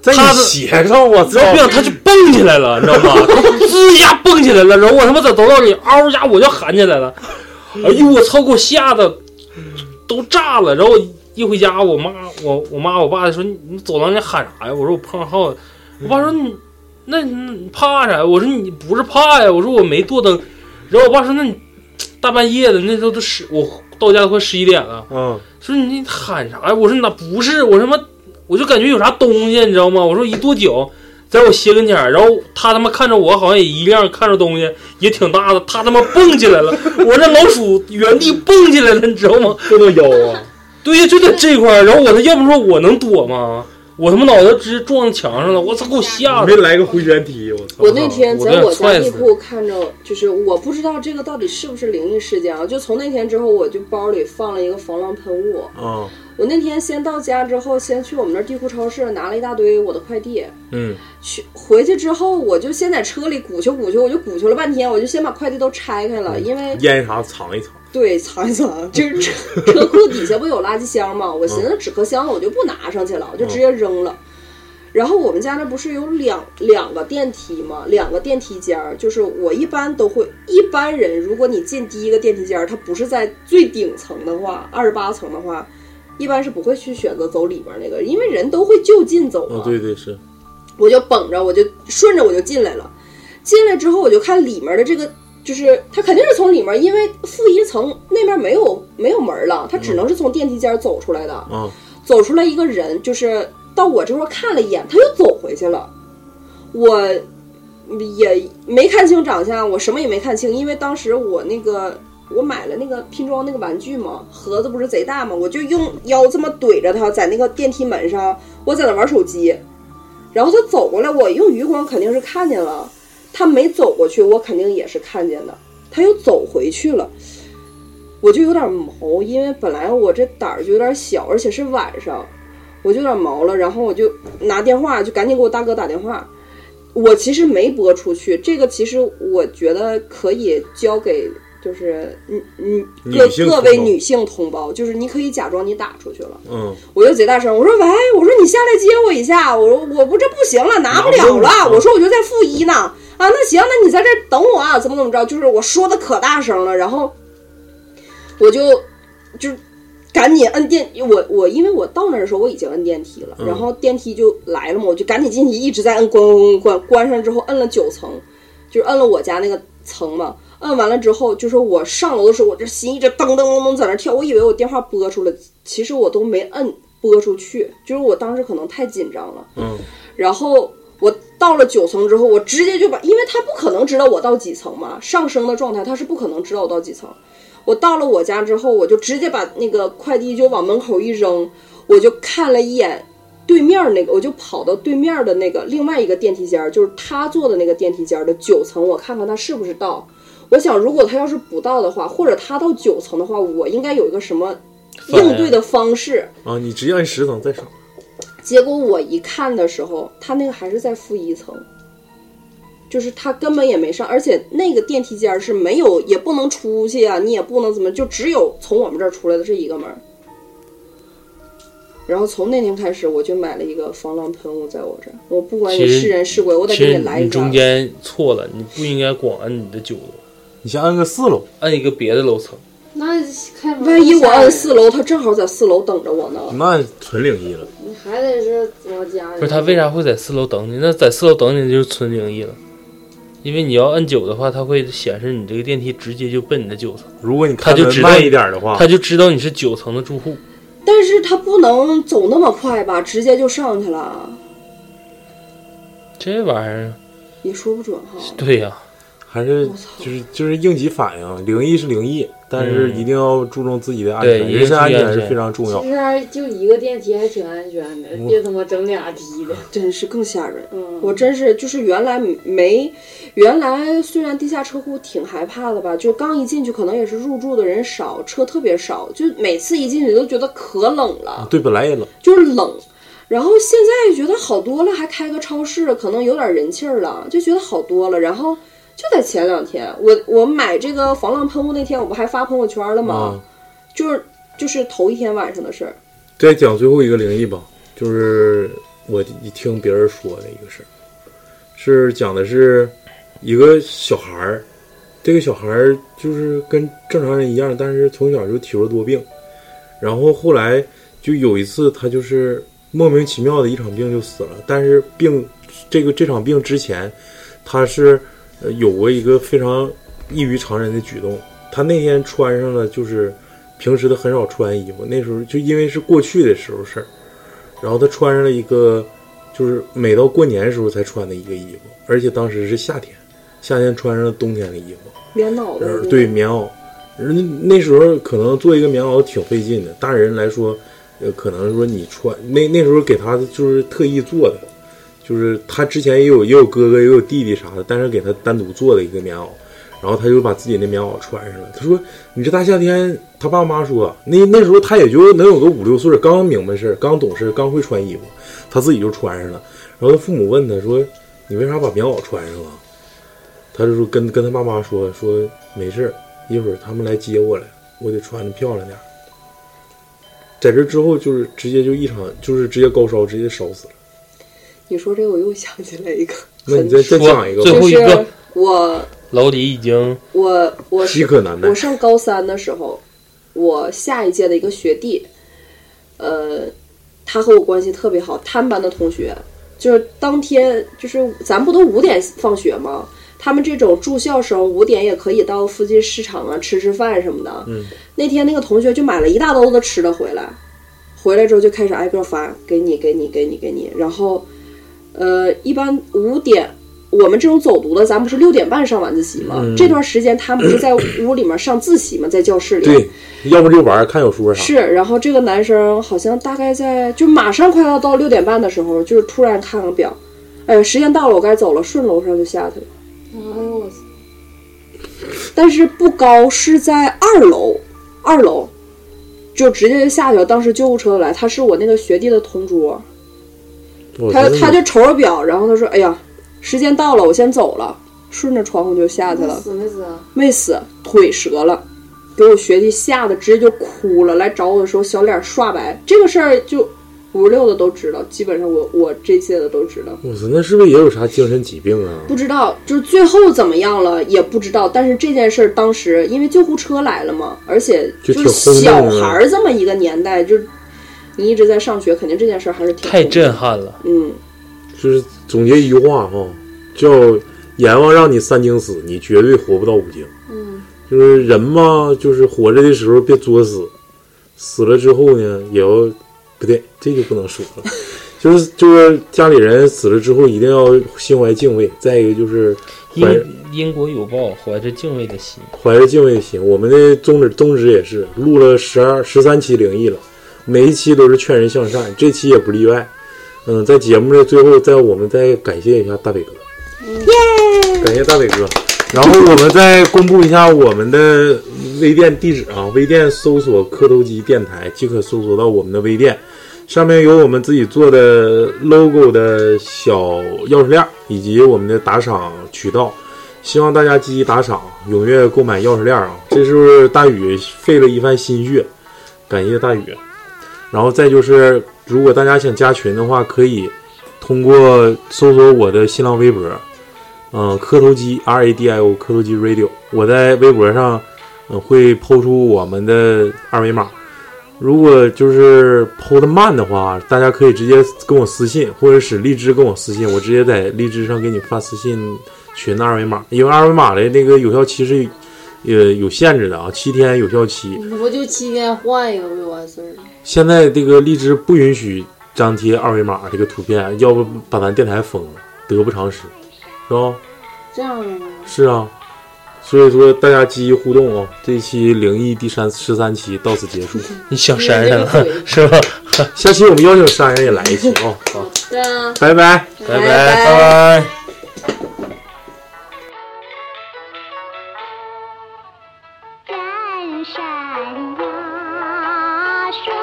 在他你的鞋上，我操然！后不想他就蹦起来了，你知道吗？他吱一下蹦起来了，然后我他妈在楼道里嗷一下我就喊起来了，哎呦我操给我吓得都炸了，然后一回家我妈我我妈我爸就说你你走廊里喊啥啊呀？我说我碰上耗子，我爸说你那那你怕啥呀？我说你不是怕呀，我说我没跺灯，然后我爸说那你大半夜的那时候都十我到家都快十一点了。嗯，说你喊啥呀？哎我说那不是，我他妈我就感觉有啥东西，你知道吗？我说一跺脚，在我鞋跟前儿，然后他他妈看着我，好像也一样看着东西，也挺大的，他他妈蹦起来了， 我这老鼠原地蹦起来了，你知道吗？这么妖啊！对呀，就在这块儿，然后我他要不说我能躲吗？我他妈脑袋直接撞墙上了，我操，给我吓没的！来个回旋踢，我操！我那天我在都我要家踹死地库看着，就是我不知道这个到底是不是灵异事件啊。就从那天之后，我就包里放了一个防狼喷雾。啊，我那天先到家之后，先去我们那儿地库超市拿了一大堆我的快递。嗯，去回去之后，我就先在车里鼓秋鼓秋，我就鼓秋了半天，我就先把快递都拆开了，因为烟啥藏一藏。对藏一藏，就是车车库底下不有垃圾箱吗？我寻思纸壳箱我就不拿上去了，我就直接扔了。然后我们家那不是有两两个电梯吗？两个电梯间儿，就是我一般都会，一般人如果你进第一个电梯间儿，它不是在最顶层的话，二十八层的话，一般是不会去选择走里边儿那个，因为人都会就近走嘛。啊，对对是，我就绷着，我就顺着我就进来了。进来之后，我就看里面的这个，就是他肯定是从里面，因为负一层那面没有没有门了，他只能是从电梯间走出来的。啊，走出来一个人，就是到我这块看了一眼，他又走回去了。我也没看清长相，我什么也没看清，因为当时我那个我买了那个拼装那个玩具嘛，盒子不是贼大嘛，我就用腰这么怼着他，在那个电梯门上，我在那玩手机，然后他走过来，我用余光肯定是看见了，他没走过去，我肯定也是看见的，他又走回去了。我就有点毛，因为本来我这胆儿就有点小，而且是晚上，我就有点毛了。然后我就拿电话，就赶紧给我大哥打电话。我其实没播出去，这个其实我觉得可以交给就是嗯嗯女各性各同位胞女性同胞，就是你可以假装你打出去了。嗯，我就贼大声，我说喂，我说你下来接我一下，我说我不这不行了，拿不了拿了，不动我说我就在负一呢，啊，那行，那你在这儿等我啊，怎么怎么着，就是我说的可大声了，然后我就就赶紧摁电，我我因为我到那儿的时候我已经摁电梯了，嗯然后电梯就来了嘛，我就赶紧进去，一直在摁关关关关上之后摁了九层，就是摁了我家那个层嘛。摁完了之后，就说我上楼的时候，我这心一直噔噔噔噔在那跳，我以为我电话拨出了，其实我都没摁拨出去，就是我当时可能太紧张了。嗯。然后我到了九层之后，我直接就把，因为他不可能知道我到几层嘛，上升的状态他是不可能知道我到几层。我到了我家之后，我就直接把那个快递就往门口一扔，我就看了一眼对面儿那个，我就跑到对面儿的那个另外一个电梯间儿，就是他坐的那个电梯间儿的九层，我看看他是不是到。我想，如果他要是不到的话，或者他到九层的话，我应该有一个什么反应应对的方式。啊，你直接按十层再上。结果我一看的时候，他那个还是在负一层，就是他根本也没上，而且那个电梯间儿是没有，也不能出去啊，你也不能怎么，就只有从我们这儿出来的这一个门儿。然后从那天开始，我就买了一个防狼喷雾，在我这儿，我不管你其实是人是鬼，我得其给实你来一你个。中间错了，你不应该光按你的九楼，你先按个四楼，按一个别的楼层。那开门万一我按死，四楼，他正好在四楼等着我呢。啊那纯灵异了。你还得是我家人。不是他为啥会在四楼等你？那在四楼等你就是纯灵异了，因为你要按九的话，它会显示你这个电梯直接就奔你的九层，如果你看他就得知道慢一点的话它，就知道你是九层的住户。但是他不能走那么快吧，直接就上去了，这玩意儿，也说不准哈。对呀、还是我操就是就是应急反应，灵异是灵异，但是嗯一定要注重自己的安对全，一定人身安注意全安是全非常重要其。实还就一个电梯还挺安全的，别他妈整俩梯的。真是更吓人。嗯我真是就是原来没，原来虽然地下车库挺害怕的吧，就刚一进去可能也是入住的人少，车特别少，就每次一进去都觉得可冷了。啊对，本来也冷，就是冷。然后现在觉得好多了，还开个超市，可能有点人气儿了，就觉得好多了。然后就在前两天，我我买这个防狼喷雾那天，我不还发朋友圈了吗？啊就是就是头一天晚上的事儿。再讲最后一个灵异吧，就是我一听别人说的一个事儿，是讲的是一个小孩儿，这个小孩儿就是跟正常人一样，但是从小就体弱多病，然后后来就有一次他就是莫名其妙的一场病就死了，但是病这个这场病之前，他是呃有过一个非常异于常人的举动，他那天穿上了就是平时他很少穿衣服，那时候就因为是过去的时候事儿，然后他穿上了一个，就是每到过年的时候才穿的一个衣服，而且当时是夏天，夏天穿上了冬天的衣服，棉袄呃的，对，棉袄，人那时候可能做一个棉袄挺费劲的，大人来说，呃，可能说你穿那那时候给他就是特意做的，就是他之前也有也有哥哥也有弟弟啥的，但是给他单独做了一个棉袄，然后他就把自己那棉袄穿上了。他说：“你这大夏天，他爸妈说那那时候他也就能有个五六岁，刚明白事儿，刚懂事儿，刚会穿衣服，他自己就穿上了。然后他父母问他说：‘你为啥把棉袄穿上啊？’他就说跟跟他爸妈说说没事儿，一会儿他们来接我来，我得穿的漂亮点儿。在这之后就是直接就一场就是直接高烧，直接烧死了。你说这个我又想起来一个，那很你再再说讲一个吧，最就后一个是我老李已经我我饥是渴难耐我。上高三的时候，我下一届的一个学弟，呃，他和我关系特别好，他们班的同学，就是当天就是咱不都五点放学吗？他们这种住校生五点也可以到附近市场啊吃吃饭什么的。嗯，那天那个同学就买了一大兜子吃的回来，回来之后就开始挨个发，给你给你给你给你，然后，呃，一般五点我们这种走读的，咱不是六点半上晚自习吗？嗯这段时间他们不是在屋里面上自习吗？在教室里。对，要不就玩儿看小说啥。是，然后这个男生好像大概在就马上快要到六点半的时候，就是突然看看表，哎呀，时间到了，我该走了，顺楼上就下去了。哎呦我操！但是不高，是在二楼，二楼就直接就下去了。当时救护车来，他是我那个学弟的同桌，我他真的他就瞅着表，然后他说：“哎呀，时间到了，我先走了。”顺着窗户就下去了，死没死啊？没死，腿折了，给我学弟吓得直接就哭了。来找我的时候，小脸刷白。这个事儿就五十六的都知道，基本上我我这届的都知道。我操，那是不是也有啥精神疾病啊？不知道，就是最后怎么样了也不知道。但是这件事儿当时因为救护车来了嘛，而且就就是挺小轰动的孩儿这么一个年代，就是你一直在上学，肯定这件事儿还是挺太轰动震。撼了。嗯，就是总结一句话哈，叫阎王让你三经死，你绝对活不到五经。嗯，就是人嘛，就是活着的时候别作死，死了之后呢，也要不对，这就不能说了。就是就是家里人死了之后，一定要心怀敬畏。再一个就是怀因因果有报，怀着敬畏的心。怀着敬畏的心，我们的宗旨宗旨也是录了十二十三期灵异了，每一期都是劝人向善，这期也不例外。嗯，在节目的最后，再我们再感谢一下大北哥，感谢大北哥。然后我们再公布一下我们的微店地址啊，微店搜索“磕头机电台”即可搜索到我们的微店，上面有我们自己做的 logo 的小钥匙链儿，以及我们的打赏渠道。希望大家积极打赏，踊跃购买钥匙链啊！这是大宇费了一番心血，感谢大宇。然后再就是，如果大家想加群的话，可以通过搜索我的新浪微博，嗯、磕头机 R A D I O 磕头机 Radio，我在微博上，嗯、会抛出我们的二维码。如果就是抛的慢的话，大家可以直接跟我私信，或者使荔枝跟我私信，我直接在荔枝上给你发私信群的二维码，因为二维码的那个有效期是呃有限制的啊，七天有效期。不就七天换一个不就完事儿了？现在这个荔枝不允许粘贴二维码这个图片，要不把咱电台封了，得不偿失，是吧？这样的吗？是啊，所以说大家积极互动哦。这一期灵异第三十三期到此结束，你想删删捏着个了是吧？下期我们邀请珊珊也来一期哦。好的。拜拜。 拜拜拜拜。山山啊呀，帅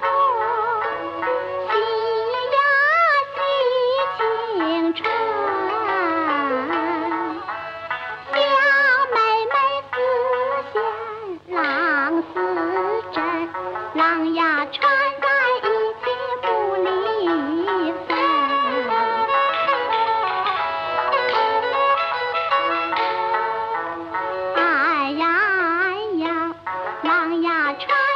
不喜呀喜青春，小妹妹似仙，郎似真，郎呀穿在一起不离分。哎呀哎呀，郎呀穿